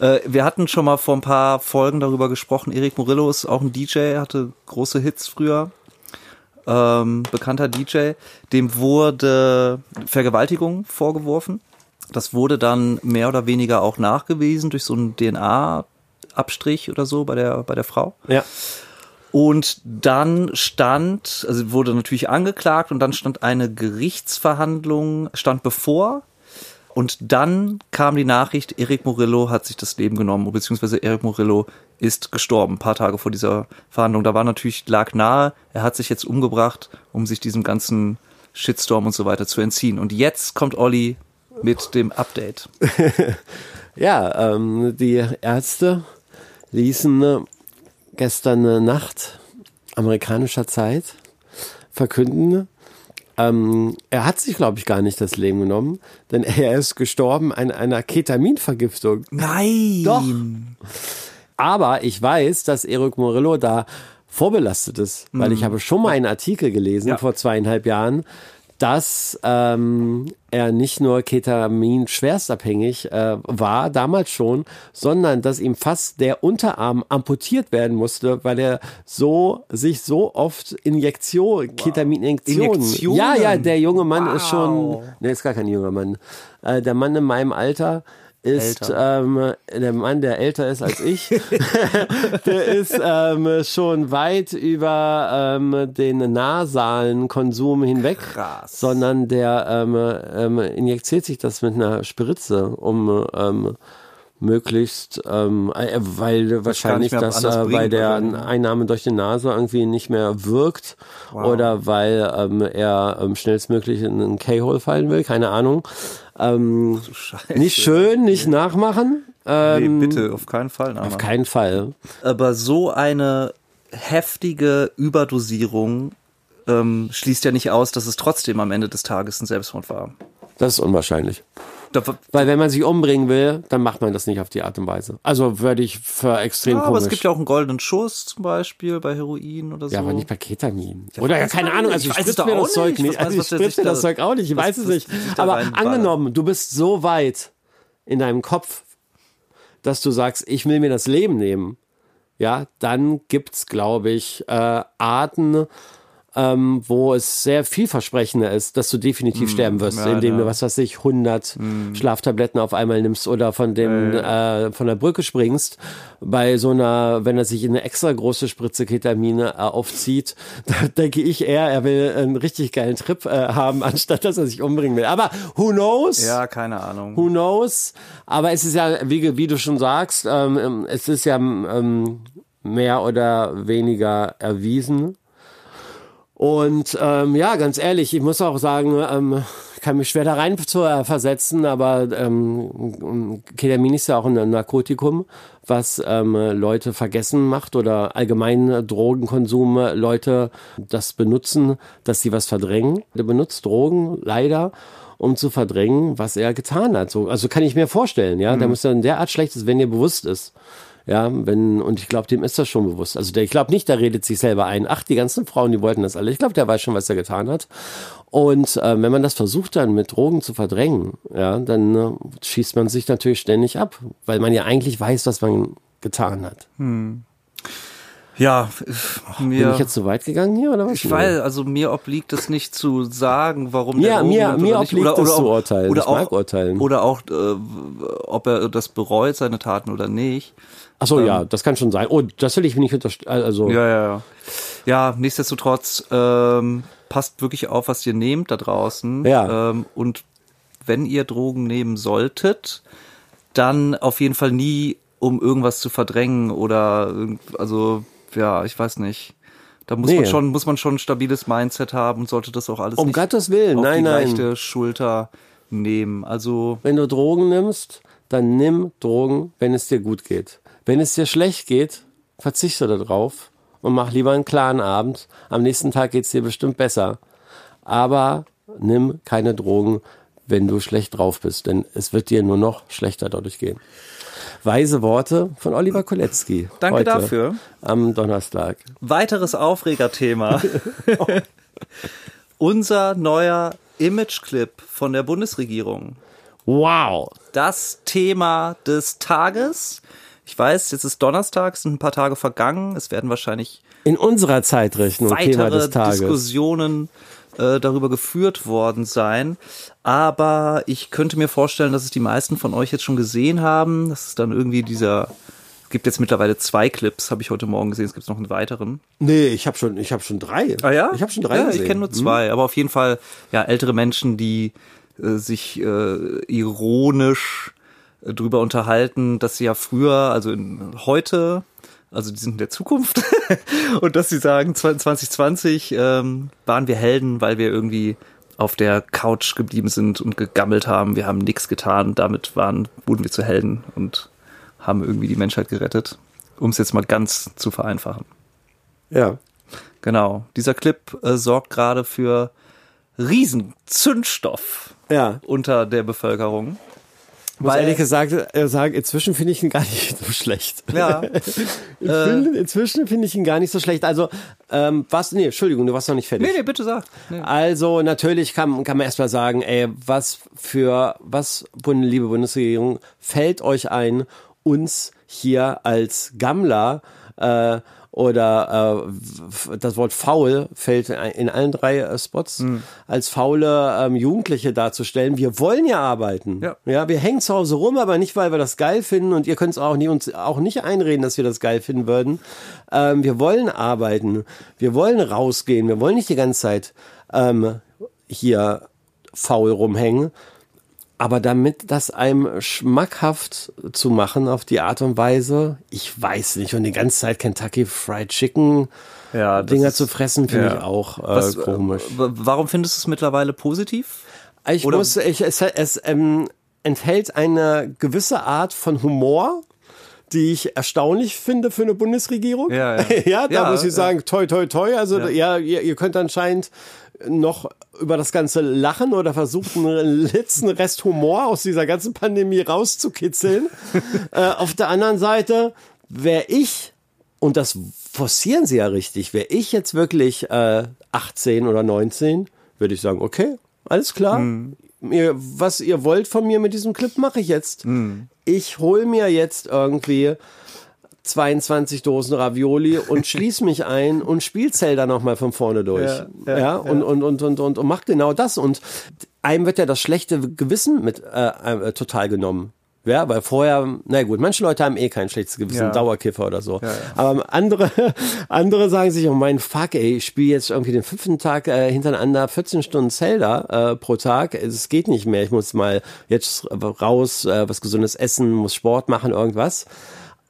Speaker 1: äh, wir hatten schon mal vor ein paar Folgen darüber gesprochen. Erik Murillo ist auch ein DJ, hatte große Hits früher. Ähm, bekannter DJ. Dem wurde Vergewaltigung vorgeworfen. Das wurde dann mehr oder weniger auch nachgewiesen durch so einen DNA-Abstrich oder so bei der, bei der Frau.
Speaker 2: Ja.
Speaker 1: Und dann stand, also wurde natürlich angeklagt und dann stand eine Gerichtsverhandlung, stand bevor. Und dann kam die Nachricht, Eric Murillo hat sich das Leben genommen, beziehungsweise Eric Murillo ist gestorben, ein paar Tage vor dieser Verhandlung. Da war natürlich, lag nahe, er hat sich jetzt umgebracht, um sich diesem ganzen Shitstorm und so weiter zu entziehen. Und jetzt kommt Olli mit dem Update.
Speaker 2: Ja, ähm, die Ärzte ließen äh, gestern äh, Nacht amerikanischer Zeit verkünden, ähm, er hat sich, glaube ich, gar nicht das Leben genommen, denn er ist gestorben an einer Ketaminvergiftung.
Speaker 1: Nein!
Speaker 2: Doch. Aber ich weiß, dass Eric Morillo da vorbelastet ist, weil ich habe schon mal einen Artikel gelesen
Speaker 1: Mhm. Ja.
Speaker 2: vor zweieinhalb Jahren, dass ähm, er nicht nur Ketamin schwerstabhängig äh, war, damals schon, sondern dass ihm fast der Unterarm amputiert werden musste, weil er so sich so oft Injektion, Ketamin-Injektionen.
Speaker 1: Injektionen?
Speaker 2: Ja, ja, der junge Mann ist schon,
Speaker 1: Wow.
Speaker 2: ne, ist gar kein junger Mann. Äh, der Mann in meinem Alter ist ähm, der Mann, der älter ist als ich. der ist ähm, schon weit über ähm, den Nasalenkonsum hinweg,
Speaker 1: Krass.
Speaker 2: sondern der ähm, ähm, injiziert sich das mit einer Spritze, um ähm, möglichst, ähm, äh, weil wahrscheinlich
Speaker 1: mehr
Speaker 2: das
Speaker 1: anders
Speaker 2: äh, bei
Speaker 1: bringen,
Speaker 2: der
Speaker 1: wahrscheinlich.
Speaker 2: Einnahme durch die Nase irgendwie nicht mehr wirkt oder weil ähm, er ähm, schnellstmöglich in einen K-Hole fallen will, keine Ahnung. Ähm,
Speaker 1: Scheiße.
Speaker 2: nicht schön, nicht nachmachen.
Speaker 1: Nee,
Speaker 2: Ähm,
Speaker 1: bitte, auf keinen Fall. Auf
Speaker 2: Auf keinen Fall.
Speaker 1: aber so eine heftige Überdosierung ähm, schließt ja nicht aus, dass es trotzdem am Ende des Tages ein Selbstmord war.
Speaker 2: Das ist unwahrscheinlich.
Speaker 1: Da, wa-
Speaker 2: Weil wenn man sich umbringen will, dann macht man das nicht auf die Art und Weise. Also würde ich für
Speaker 1: ja,
Speaker 2: extrem
Speaker 1: aber
Speaker 2: Oh, komisch.
Speaker 1: es gibt ja auch einen goldenen Schuss zum Beispiel bei Heroin oder so.
Speaker 2: Ja, aber nicht bei Ketamin. Oder ja,
Speaker 1: weiß
Speaker 2: keine
Speaker 1: man
Speaker 2: Ahnung,
Speaker 1: nicht.
Speaker 2: also ich
Speaker 1: Ich weiß es
Speaker 2: spritze
Speaker 1: doch
Speaker 2: mir
Speaker 1: auch
Speaker 2: das Zeug
Speaker 1: nicht.
Speaker 2: nicht.
Speaker 1: Was weiß,
Speaker 2: Also ich
Speaker 1: was der sich
Speaker 2: spritze mir das
Speaker 1: da-
Speaker 2: Zeug auch nicht, ich
Speaker 1: was-
Speaker 2: weiß es
Speaker 1: was
Speaker 2: nicht.
Speaker 1: der sich da
Speaker 2: Aber
Speaker 1: reinballert.
Speaker 2: angenommen, du bist so weit in deinem Kopf, dass du sagst, ich will mir das Leben nehmen. Ja, dann gibt's glaube ich, äh, Arten, ähm, wo es sehr vielversprechender ist, dass du definitiv sterben wirst,
Speaker 1: Hm, ja,
Speaker 2: indem du,
Speaker 1: ja.
Speaker 2: was weiß ich, 100 Schlaftabletten auf einmal nimmst oder von dem äh, von der Brücke springst. Bei so einer, wenn er sich in eine extra große Spritze Ketamine äh, aufzieht, da denke ich eher, er will einen richtig geilen Trip äh, haben, anstatt dass er sich umbringen will. Aber who knows?
Speaker 1: Ja, keine Ahnung.
Speaker 2: Who knows? Aber es ist ja, wie, wie du schon sagst, ähm, es ist ja ähm, mehr oder weniger erwiesen. Und ähm, ja, ganz ehrlich, ich muss auch sagen, ähm, kann mich schwer da rein zu, äh, versetzen, aber ähm, Ketamin ist ja auch ein Narkotikum, was ähm, Leute vergessen macht oder allgemein äh, Drogenkonsum äh, Leute das benutzen, dass sie was verdrängen. Er benutzt Drogen leider um zu verdrängen, was er getan hat. So, also kann ich mir vorstellen, ja, der muss dann derart schlecht ist, wenn dir bewusst ist. Ja, wenn, und ich glaube, dem ist das schon bewusst. Also der, ich glaube nicht, der redet sich selber ein. Ach, die ganzen Frauen, die wollten das alle. Ich glaube, der weiß schon, was er getan hat. Und äh, wenn man das versucht, dann mit Drogen zu verdrängen, ja, dann äh, schießt man sich natürlich ständig ab, weil man ja eigentlich weiß, was man getan hat.
Speaker 1: Ja,
Speaker 2: Bin
Speaker 1: mir,
Speaker 2: ich
Speaker 1: ich,
Speaker 2: jetzt zu weit gegangen hier oder was?
Speaker 1: weiß, also mir obliegt es nicht zu sagen, warum
Speaker 2: Ja,
Speaker 1: der Drogen
Speaker 2: mir-
Speaker 1: nimmt
Speaker 2: mir
Speaker 1: oder nicht.
Speaker 2: obliegt
Speaker 1: oder,
Speaker 2: es
Speaker 1: oder
Speaker 2: zu
Speaker 1: auch-
Speaker 2: urteilen.
Speaker 1: Oder
Speaker 2: Ich
Speaker 1: auch,
Speaker 2: mag urteilen.
Speaker 1: Oder auch, äh, w- ob er das bereut, seine Taten oder nicht.
Speaker 2: Ach so, ja, das kann schon sein. Oh, das will ich mir nicht unterstellen. Also,
Speaker 1: Ähm. Ja, ja, ja. Ja, nichtsdestotrotz, ähm, passt wirklich auf, was ihr nehmt da draußen.
Speaker 2: Ja.
Speaker 1: Ähm, und wenn ihr Drogen nehmen solltet, dann auf jeden Fall nie, um irgendwas zu verdrängen oder, irgend- also, ja, ich weiß nicht. Da muss
Speaker 2: Nee.
Speaker 1: man schon, muss man schon ein stabiles Mindset haben und sollte das auch alles
Speaker 2: um
Speaker 1: nicht
Speaker 2: Gottes Willen,
Speaker 1: auf
Speaker 2: nein,
Speaker 1: die
Speaker 2: nein.
Speaker 1: leichte Schulter nehmen. Also,
Speaker 2: wenn du Drogen nimmst, dann nimm Drogen, wenn es dir gut geht. Wenn es dir schlecht geht, verzichte darauf und mach lieber einen klaren Abend. Am nächsten Tag geht's dir bestimmt besser. Aber nimm keine Drogen, wenn du schlecht drauf bist, denn es wird dir nur noch schlechter dadurch gehen. Weise Worte von Oliver Koletzki.
Speaker 1: Danke
Speaker 2: heute,
Speaker 1: dafür.
Speaker 2: Am Donnerstag.
Speaker 1: Weiteres Aufregerthema. Unser neuer Imageclip von der Bundesregierung.
Speaker 2: Wow.
Speaker 1: Das Thema des Tages. Ich weiß, jetzt ist Donnerstag, sind ein paar Tage vergangen. Es werden wahrscheinlich
Speaker 2: In unserer Zeitrechnung Thema
Speaker 1: weitere
Speaker 2: des Tages.
Speaker 1: Diskussionen äh, darüber geführt worden sein. Aber ich könnte mir vorstellen, dass es die meisten von euch jetzt schon gesehen haben. Das ist dann irgendwie dieser. Es gibt jetzt mittlerweile zwei Clips, habe ich heute Morgen gesehen. Es gibt noch einen weiteren.
Speaker 2: Nee, ich habe schon, ich hab schon drei.
Speaker 1: Ah ja?
Speaker 2: Ich habe schon Mhm. drei
Speaker 1: Ja,
Speaker 2: gesehen.
Speaker 1: ich kenne nur zwei. Aber auf jeden Fall, ja, ältere Menschen, die äh, sich äh, ironisch äh, drüber unterhalten, dass sie ja früher, also in, heute, also die sind in der Zukunft, und dass sie sagen, 2020 ähm, waren wir Helden, weil wir irgendwie auf der Couch geblieben sind und gegammelt haben. Wir haben nichts getan. Damit waren, wurden wir zu Helden und haben irgendwie die Menschheit gerettet. Um es jetzt mal ganz zu vereinfachen.
Speaker 2: Ja.
Speaker 1: Genau. Dieser Clip äh, sorgt gerade für Riesenzündstoff
Speaker 2: Ja.
Speaker 1: unter der Bevölkerung.
Speaker 2: Weil ehrlich gesagt, äh, sagen, inzwischen finde ich ihn gar nicht so schlecht.
Speaker 1: ja, äh,
Speaker 2: Ich finde- inzwischen finde ich ihn gar nicht so schlecht. Also, ähm, was, nee, Entschuldigung, du warst noch nicht fertig.
Speaker 1: nee, nee, bitte sag. Nee.
Speaker 2: Also natürlich kann, kann man erstmal sagen, ey, was für, was, Bund- liebe Bundesregierung, fällt euch ein, uns hier als Gammler äh, oder äh, f- das Wort faul fällt in- in allen drei äh, Spots,
Speaker 1: Hm.
Speaker 2: als faule ähm, Jugendliche darzustellen. Wir wollen ja arbeiten.
Speaker 1: Ja.
Speaker 2: ja, wir hängen zu Hause rum, aber nicht, weil wir das geil finden und ihr könnt es auch nie, uns auch nicht einreden, dass wir das geil finden würden. Ähm, wir wollen arbeiten, wir wollen rausgehen, wir wollen nicht die ganze Zeit ähm, hier faul rumhängen. Aber damit das einem schmackhaft zu machen auf die Art und Weise, ich weiß nicht. Und die ganze Zeit Kentucky Fried Chicken
Speaker 1: Ja, das
Speaker 2: Dinger
Speaker 1: ist-
Speaker 2: zu fressen, finde
Speaker 1: ja.
Speaker 2: ich auch äh,
Speaker 1: Was, äh,
Speaker 2: komisch.
Speaker 1: w- Warum findest du es mittlerweile positiv?
Speaker 2: Ich
Speaker 1: Oder-
Speaker 2: muss, ich, es, es ähm, enthält eine gewisse Art von Humor, die ich erstaunlich finde für eine Bundesregierung.
Speaker 1: Ja, ja.
Speaker 2: ja da
Speaker 1: Ja,
Speaker 2: muss ich
Speaker 1: ja.
Speaker 2: sagen, toi, toi, toi. Also ja, ihr, ihr könnt anscheinend noch über das Ganze lachen oder versucht, einen letzten Rest Humor aus dieser ganzen Pandemie rauszukitzeln. äh, auf der anderen Seite wäre ich, und das forcieren sie ja richtig, wäre ich jetzt wirklich äh, 18 oder 19, würde ich sagen, okay, alles klar. Ihr, was ihr wollt von mir mit diesem Clip, mache ich jetzt. Ich hol mir jetzt irgendwie 22 Dosen Ravioli und schließ mich ein und spiel Zelda nochmal von vorne durch. Ja,
Speaker 1: Ja, ja,
Speaker 2: und, und, und, und, und, und macht genau das. Und einem wird ja das schlechte Gewissen mit äh, äh, total genommen. Ja, weil vorher, na gut, manche Leute haben eh kein schlechtes Gewissen,
Speaker 1: Ja.
Speaker 2: Dauerkiffer oder so.
Speaker 1: Ja, ja.
Speaker 2: Aber andere, andere sagen sich, oh mein Fuck, ey, ich spiele jetzt irgendwie den fünften Tag äh, hintereinander 14 Stunden Zelda äh, pro Tag. Es geht nicht mehr. Ich muss mal jetzt raus, äh, was Gesundes essen, muss Sport machen, irgendwas.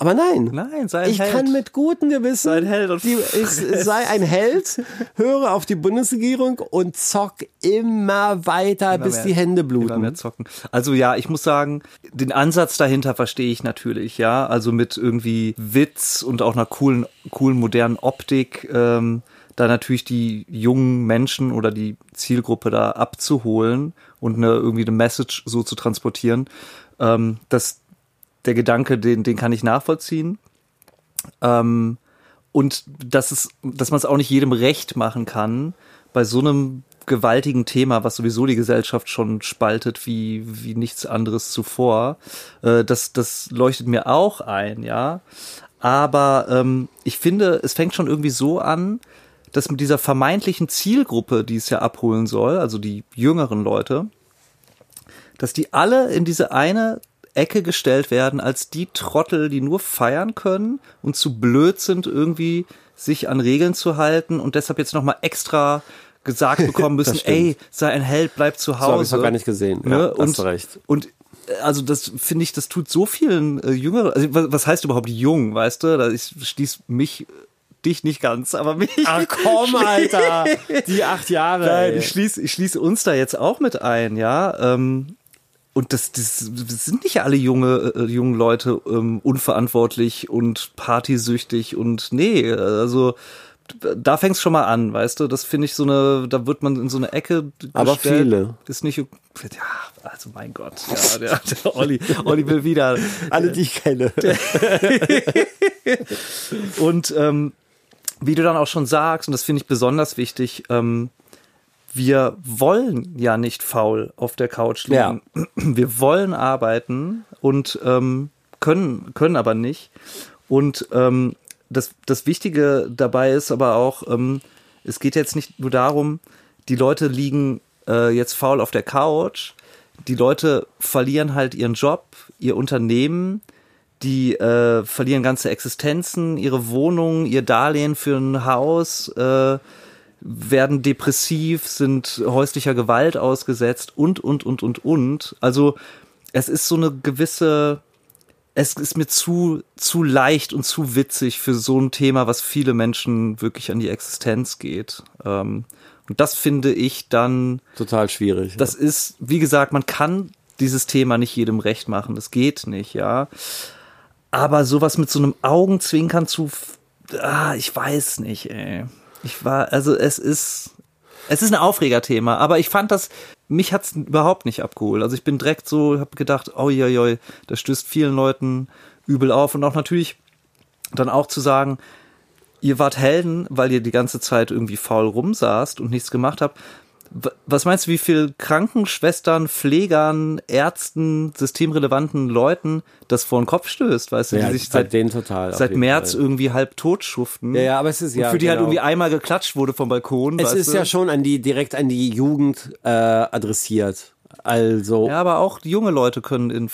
Speaker 2: Aber nein.
Speaker 1: Nein, sei ein
Speaker 2: Ich
Speaker 1: Held.
Speaker 2: kann mit gutem Gewissen.
Speaker 1: Sei ein Held und
Speaker 2: die, ich,
Speaker 1: fress.
Speaker 2: sei ein Held, höre auf die Bundesregierung und zock immer weiter, bis
Speaker 1: mehr-
Speaker 2: die Hände
Speaker 1: Immer mehr
Speaker 2: bluten.
Speaker 1: zocken. Also ja, ich muss sagen, den Ansatz dahinter verstehe ich natürlich, ja. Also mit irgendwie Witz und auch einer coolen, coolen modernen Optik, ähm, da natürlich die jungen Menschen oder die Zielgruppe da abzuholen und eine, irgendwie eine Message so zu transportieren. Ähm, das, der Gedanke, den, den kann ich nachvollziehen. Ähm, und dass es, dass man es auch nicht jedem recht machen kann, bei so einem gewaltigen Thema, was sowieso die Gesellschaft schon spaltet wie, wie nichts anderes zuvor, äh, das, das leuchtet mir auch ein, ja. Aber ähm, ich finde, es fängt schon irgendwie so an, dass mit dieser vermeintlichen Zielgruppe, die es ja abholen soll, also die jüngeren Leute, dass die alle in diese eine Ecke gestellt werden als die Trottel, die nur feiern können und zu blöd sind, irgendwie sich an Regeln zu halten und deshalb jetzt nochmal extra gesagt bekommen müssen,
Speaker 2: stimmt.
Speaker 1: ey, sei ein Held, bleib zu Hause. ne?
Speaker 2: hab ich's noch gar nicht gesehen. Ja, hast
Speaker 1: und,
Speaker 2: du recht.
Speaker 1: Und äh, also das finde ich, das tut so vielen äh, Jüngeren, also was, was heißt überhaupt jung, weißt du? Da ich schließ mich, äh, dich nicht ganz, aber mich.
Speaker 2: Ach Ah, komm, Alter! Die acht Jahre.
Speaker 1: Nein,
Speaker 2: ey.
Speaker 1: ich schließe ich schließ uns da jetzt auch mit ein, ja. Ähm, und das, das sind nicht alle junge, äh, jungen Leute ähm, unverantwortlich und partysüchtig und nee, also da fängt's schon mal an, weißt du? Das finde ich so eine, da wird man in so eine Ecke.
Speaker 2: Aber
Speaker 1: gestellt.
Speaker 2: viele.
Speaker 1: Ist nicht. Ja, also mein Gott. Ja, der, der Olli, Olli will wieder.
Speaker 2: Alle, die ich kenne.
Speaker 1: Und ähm, wie du dann auch schon sagst, und das finde ich besonders wichtig, ähm, wir wollen ja nicht faul auf der Couch liegen. Wir wollen arbeiten und ähm, können, können aber nicht. Und ähm, das, das Wichtige dabei ist aber auch, ähm, es geht jetzt nicht nur darum, die Leute liegen äh, jetzt faul auf der Couch, die Leute verlieren halt ihren Job, ihr Unternehmen, die äh, verlieren ganze Existenzen, ihre Wohnung, ihr Darlehen für ein Haus, äh, werden depressiv, sind häuslicher Gewalt ausgesetzt und, und, und, und, und. Also es ist so eine gewisse, es ist mir zu, zu leicht und zu witzig für so ein Thema, was viele Menschen wirklich an die Existenz geht. Ähm, und das finde ich dann
Speaker 2: Total schwierig.
Speaker 1: das ist, wie gesagt, man kann dieses Thema nicht jedem recht machen. Das geht nicht, ja. Aber sowas mit so einem Augenzwinkern zu, f- ah, ich weiß nicht, ey. Ich war, also es ist, es ist ein Aufregerthema, aber ich fand das, mich hat's überhaupt nicht abgeholt. Also ich bin direkt so, hab gedacht, oi, oi, oi, das stößt vielen Leuten übel auf und auch natürlich dann auch zu sagen, ihr wart Helden, weil ihr die ganze Zeit irgendwie faul rumsaßt und nichts gemacht habt. W- Was meinst du, wie viel Krankenschwestern, Pflegern, Ärzten, systemrelevanten Leuten das vor den Kopf stößt, weißt du,
Speaker 2: Ja,
Speaker 1: die sich
Speaker 2: bei
Speaker 1: seit,
Speaker 2: denen total, auf
Speaker 1: seit
Speaker 2: jeden
Speaker 1: März
Speaker 2: Fall.
Speaker 1: irgendwie halb tot schuften?
Speaker 2: Ja, ja, aber es ist-
Speaker 1: und
Speaker 2: ja,
Speaker 1: Für die halt
Speaker 2: genau.
Speaker 1: irgendwie einmal geklatscht wurde vom Balkon.
Speaker 2: Es
Speaker 1: weißt
Speaker 2: ist
Speaker 1: du?
Speaker 2: ja schon an die, direkt an die Jugend äh, adressiert. Also,
Speaker 1: Ja, aber auch junge Leute können in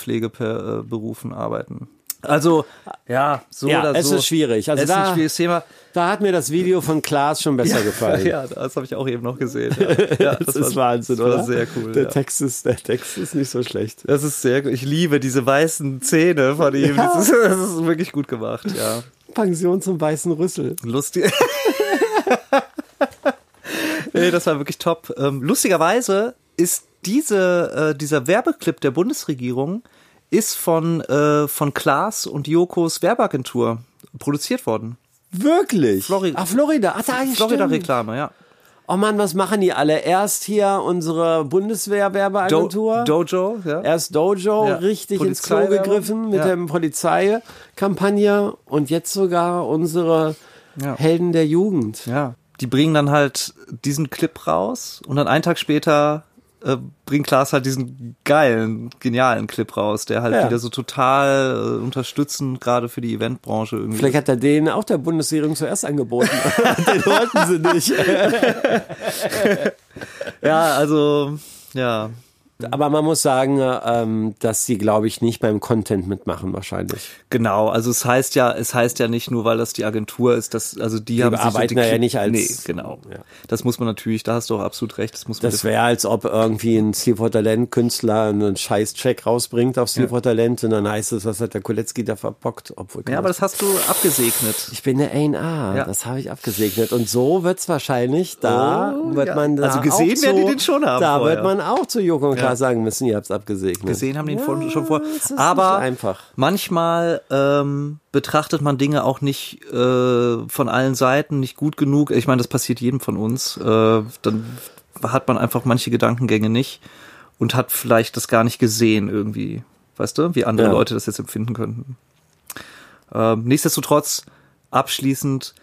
Speaker 1: Pflegeberufen arbeiten. Also, ja, so
Speaker 2: Ja,
Speaker 1: oder
Speaker 2: es
Speaker 1: so.
Speaker 2: ist schwierig. Also
Speaker 1: es ist
Speaker 2: da-
Speaker 1: ein schwieriges Thema.
Speaker 2: da hat mir das Video von Klaas schon besser gefallen.
Speaker 1: Ja, das habe ich auch eben noch gesehen. Ja, ja,
Speaker 2: Das, ist Wahnsinn,
Speaker 1: das
Speaker 2: oder?
Speaker 1: War sehr cool.
Speaker 2: Der,
Speaker 1: ja.
Speaker 2: Text ist, der Text ist nicht so schlecht.
Speaker 1: Das ist sehr gut. Ich liebe diese weißen Zähne von ihm.
Speaker 2: Ja.
Speaker 1: Das, ist, das ist wirklich gut gemacht, ja.
Speaker 2: Pension zum weißen Rüssel.
Speaker 1: Lustig. nee, das war wirklich top. Ähm, lustigerweise ist diese, äh, dieser Werbeclip der Bundesregierung ist von, äh, von Klaas und Jokos Werbeagentur produziert worden.
Speaker 2: Wirklich?
Speaker 1: Florida.
Speaker 2: Ah, Florida. Ach, da, stimmt.
Speaker 1: Florida-Reklame, ja.
Speaker 2: Oh Mann, was machen die alle? Erst hier unsere
Speaker 1: Do
Speaker 2: Bundeswehr-Werbeagentur.
Speaker 1: Dojo, ja.
Speaker 2: Erst Dojo
Speaker 1: Ja.
Speaker 2: richtig ins Klo
Speaker 1: Polizeiwerbung.
Speaker 2: gegriffen mit
Speaker 1: Ja.
Speaker 2: der Polizeikampagne und jetzt sogar unsere
Speaker 1: Ja.
Speaker 2: Helden der Jugend.
Speaker 1: Ja. Die bringen dann halt diesen Clip raus und dann einen Tag später äh, bringt Klaas halt diesen geilen, genialen Clip raus, der halt
Speaker 2: Ja.
Speaker 1: wieder so total äh, unterstützend gerade für die Eventbranche irgendwie.
Speaker 2: Vielleicht hat er denen auch der Bundesregierung zuerst angeboten. Den wollten sie nicht.
Speaker 1: Ja, also ja.
Speaker 2: Aber man muss sagen, ähm, dass sie, glaube ich, nicht beim Content mitmachen wahrscheinlich.
Speaker 1: Genau, also es heißt ja, es heißt ja nicht nur, weil das die Agentur ist, dass also die, haben sich
Speaker 2: bearbeiten
Speaker 1: die
Speaker 2: ja
Speaker 1: Clip-
Speaker 2: nicht als-
Speaker 1: nee, genau.
Speaker 2: Ja.
Speaker 1: Das muss man natürlich, da hast du auch absolut recht, das muss man
Speaker 2: Das wäre, als ob irgendwie ein Steve for Talent Künstler einen Scheiß-Check rausbringt auf Steve for Talent und dann heißt es, was hat der Kuletzki da verbockt? Obwohl,
Speaker 1: Ja, aber das hast du abgesegnet.
Speaker 2: ich bin der A&R,
Speaker 1: Ja.
Speaker 2: das habe ich abgesegnet. Und so wird's wahrscheinlich, da
Speaker 1: Oh,
Speaker 2: wird
Speaker 1: ja.
Speaker 2: man da
Speaker 1: Also gesehen
Speaker 2: auch
Speaker 1: werden
Speaker 2: zu,
Speaker 1: die den schon haben
Speaker 2: Da
Speaker 1: vorher.
Speaker 2: wird man auch zu Joko und Klaas sagen müssen, ihr habt's abgesegnet.
Speaker 1: gesehen haben den
Speaker 2: Ja,
Speaker 1: vorhin schon vor.
Speaker 2: es ist
Speaker 1: Aber
Speaker 2: nicht einfach.
Speaker 1: manchmal ähm, betrachtet man Dinge auch nicht äh, von allen Seiten, nicht gut genug. Ich meine, das passiert jedem von uns. Äh, dann hat man einfach manche Gedankengänge nicht und hat vielleicht das gar nicht gesehen irgendwie. Weißt du, wie andere
Speaker 2: Ja.
Speaker 1: Leute das jetzt empfinden könnten. Ähm, nichtsdestotrotz, abschließend,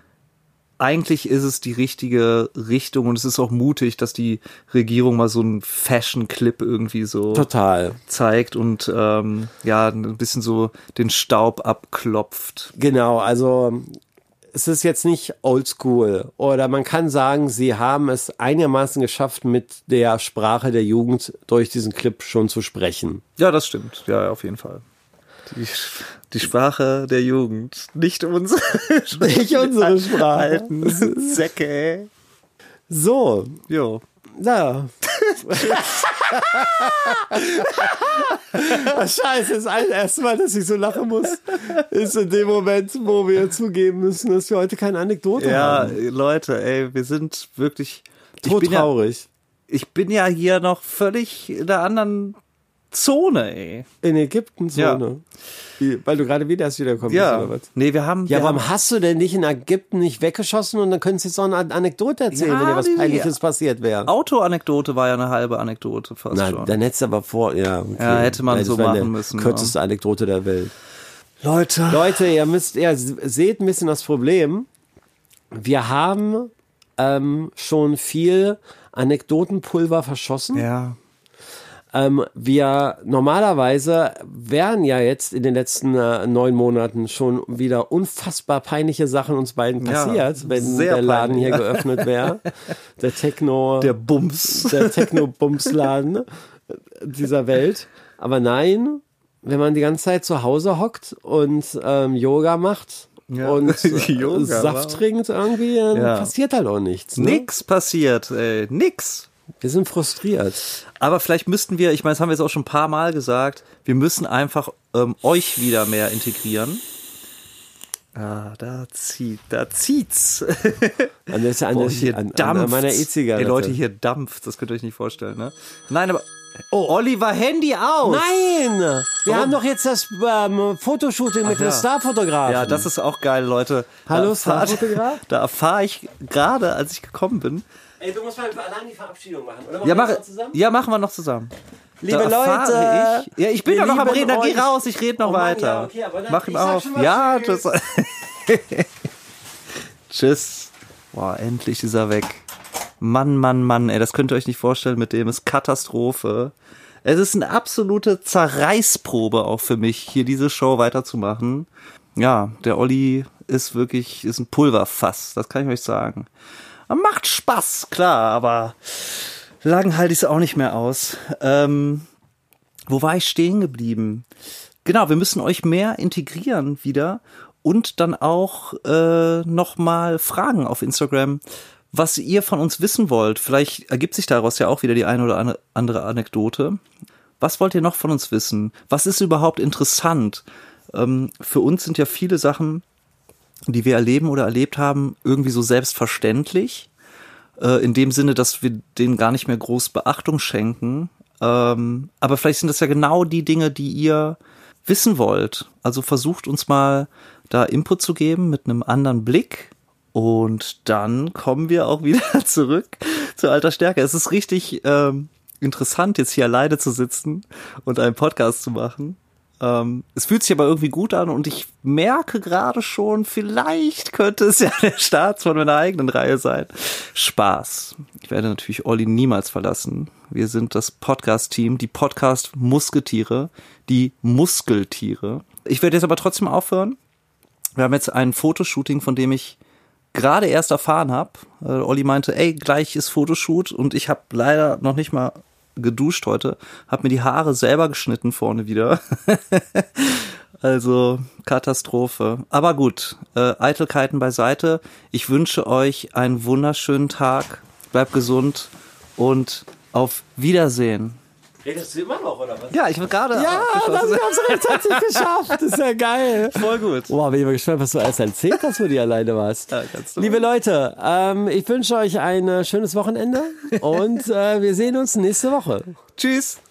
Speaker 1: eigentlich ist es die richtige Richtung und es ist auch mutig, dass die Regierung mal so einen Fashion-Clip irgendwie so
Speaker 2: Total.
Speaker 1: zeigt und ähm, ja, ein bisschen so den Staub abklopft.
Speaker 2: Genau, also es ist jetzt nicht oldschool. Oder man kann sagen, sie haben es einigermaßen geschafft, mit der Sprache der Jugend durch diesen Clip schon zu sprechen.
Speaker 1: Ja, das stimmt. Ja, ja, auf jeden Fall. Die, die Sprache der Jugend. Nicht unsere.
Speaker 2: Nicht unsere Sprache.
Speaker 1: Alten Säcke, ey.
Speaker 2: So,
Speaker 1: Jo.
Speaker 2: da. Das Scheiße ist ein erstes Mal, dass ich so lachen muss, ist in dem Moment, wo wir zugeben müssen, dass wir heute keine Anekdote
Speaker 1: Ja,
Speaker 2: haben.
Speaker 1: Leute, ey, wir sind wirklich. Ich
Speaker 2: Tot
Speaker 1: bin, ja,
Speaker 2: traurig.
Speaker 1: ich bin ja hier noch völlig in einer anderen Zone, ey.
Speaker 2: In Ägypten Zone. Wie, Weil du gerade wieder erst wiederkommen bist, oder was?
Speaker 1: Nee, wir haben.
Speaker 2: Ja,
Speaker 1: wir haben,
Speaker 2: warum hast du denn dich in Ägypten nicht weggeschossen und dann könntest du jetzt auch eine An- Anekdote erzählen,
Speaker 1: Ja,
Speaker 2: wenn dir was
Speaker 1: Didi.
Speaker 2: Peinliches passiert wäre?
Speaker 1: Autoanekdote war ja eine halbe Anekdote fast
Speaker 2: Na,
Speaker 1: schon.
Speaker 2: dann hättest du aber vor, ja, okay.
Speaker 1: Ja, hätte man
Speaker 2: Nein, das
Speaker 1: so
Speaker 2: war eine
Speaker 1: machen müssen, ne?
Speaker 2: Kürzeste Anekdote der Welt.
Speaker 1: Leute.
Speaker 2: Leute, ihr müsst, ihr seht ein bisschen das Problem. Wir haben ähm, schon viel Anekdotenpulver verschossen.
Speaker 1: Ja.
Speaker 2: Ähm, wir normalerweise wären ja jetzt in den letzten äh, neun Monaten schon wieder unfassbar peinliche Sachen uns beiden
Speaker 1: Ja,
Speaker 2: passiert, wenn
Speaker 1: sehr
Speaker 2: der Laden
Speaker 1: peinlich.
Speaker 2: hier geöffnet wäre. Der Techno,
Speaker 1: Der
Speaker 2: der,
Speaker 1: Bums.
Speaker 2: Techno-Bumsladen dieser Welt. Aber nein, wenn man die ganze Zeit zu Hause hockt und ähm, Yoga macht
Speaker 1: Ja,
Speaker 2: und äh,
Speaker 1: Yoga,
Speaker 2: Saft
Speaker 1: wow.
Speaker 2: trinkt irgendwie, dann
Speaker 1: Ja.
Speaker 2: passiert halt auch nichts. Ne?
Speaker 1: Nix passiert, ey. Nix.
Speaker 2: Wir sind frustriert.
Speaker 1: Aber vielleicht müssten wir, ich meine, das haben wir jetzt auch schon ein paar Mal gesagt, wir müssen einfach ähm, euch wieder mehr integrieren. Ah, da zieht, da zieht's.
Speaker 2: An, der, an,
Speaker 1: Boah,
Speaker 2: der,
Speaker 1: hier
Speaker 2: an, an, an
Speaker 1: dampft's.
Speaker 2: meiner E-Zigarette.
Speaker 1: Ey, Leute, hier dampft, das könnt ihr euch nicht vorstellen, ne? Nein, aber. Oh, Oliver, Handy aus!
Speaker 2: Nein! Wir
Speaker 1: Warum?
Speaker 2: haben doch jetzt das ähm, Fotoshooting mit
Speaker 1: ja.
Speaker 2: dem Starfotografen.
Speaker 1: Ja, das ist auch geil, Leute.
Speaker 2: Hallo,
Speaker 1: da erfahre
Speaker 2: Starfotograf?
Speaker 1: da erfahr ich gerade, als ich gekommen bin.
Speaker 2: Ey, du musst mal allein die Verabschiedung machen. Oder
Speaker 1: Ja, mach, ja machen wir noch zusammen.
Speaker 2: Liebe
Speaker 1: Da erfahre
Speaker 2: Leute!
Speaker 1: Ich, ja, ich bin
Speaker 2: wir
Speaker 1: doch noch am
Speaker 2: lieben
Speaker 1: Reden, dann geh
Speaker 2: euch.
Speaker 1: raus, ich rede noch
Speaker 2: Oh Mann,
Speaker 1: weiter.
Speaker 2: ja, okay, aber dann-
Speaker 1: Mach ihm
Speaker 2: ich sag
Speaker 1: auf.
Speaker 2: schon mal
Speaker 1: ja,
Speaker 2: tschüss.
Speaker 1: das. tschüss. Boah, endlich ist er weg. Mann, Mann, Mann, ey, das könnt ihr euch nicht vorstellen, mit dem ist Katastrophe. Es ist eine absolute Zerreißprobe auch für mich, hier diese Show weiterzumachen. Ja, der Olli ist wirklich, ist ein Pulverfass, das kann ich euch sagen. Macht Spaß, klar, aber lang halte ich es auch nicht mehr aus. Ähm, wo war ich stehen geblieben? Genau, wir müssen euch mehr integrieren wieder und dann auch äh, nochmal fragen auf Instagram, was ihr von uns wissen wollt. Vielleicht ergibt sich daraus ja auch wieder die eine oder ane- andere Anekdote. Was wollt ihr noch von uns wissen? Was ist überhaupt interessant? Ähm, für uns sind ja viele Sachen, die wir erleben oder erlebt haben, irgendwie so selbstverständlich äh, in dem Sinne, dass wir denen gar nicht mehr groß Beachtung schenken. Ähm, aber vielleicht sind das ja genau die Dinge, die ihr wissen wollt, also versucht uns mal da Input zu geben mit einem anderen Blick. Und dann kommen wir auch wieder zurück zu alter Stärke. Es ist richtig ähm, interessant, jetzt hier alleine zu sitzen und einen Podcast zu machen. Ähm, es fühlt sich aber irgendwie gut an und ich merke gerade schon, vielleicht könnte es ja der Start von meiner eigenen Reihe sein. Spaß. Ich werde natürlich Olli niemals verlassen. Wir sind das Podcast-Team, die Podcast-Musketiere, die Muskeltiere. Ich werde jetzt aber trotzdem aufhören. Wir haben jetzt ein Fotoshooting, von dem ich gerade erst erfahren habe. Äh, Olli meinte, ey, gleich ist Fotoshoot und ich habe leider noch nicht mal geduscht heute, habe mir die Haare selber geschnitten vorne wieder. also Katastrophe. Aber gut, äh, Eitelkeiten beiseite. Ich wünsche euch einen wunderschönen Tag. Bleibt gesund und auf Wiedersehen.
Speaker 3: Redest du immer noch, oder was?
Speaker 1: Ja, ich bin gerade
Speaker 2: Ja, das haben
Speaker 1: abgeschlossen.
Speaker 2: es rechtzeitig geschafft. Das ist ja geil.
Speaker 1: voll gut.
Speaker 2: Wow, bin ich mal gespannt, was du alles erzählt hast, wo du alleine warst.
Speaker 1: Ja, kannst du.
Speaker 2: Liebe Leute, ähm, ich wünsche euch ein äh, schönes Wochenende und äh, wir sehen uns nächste Woche.
Speaker 1: Tschüss.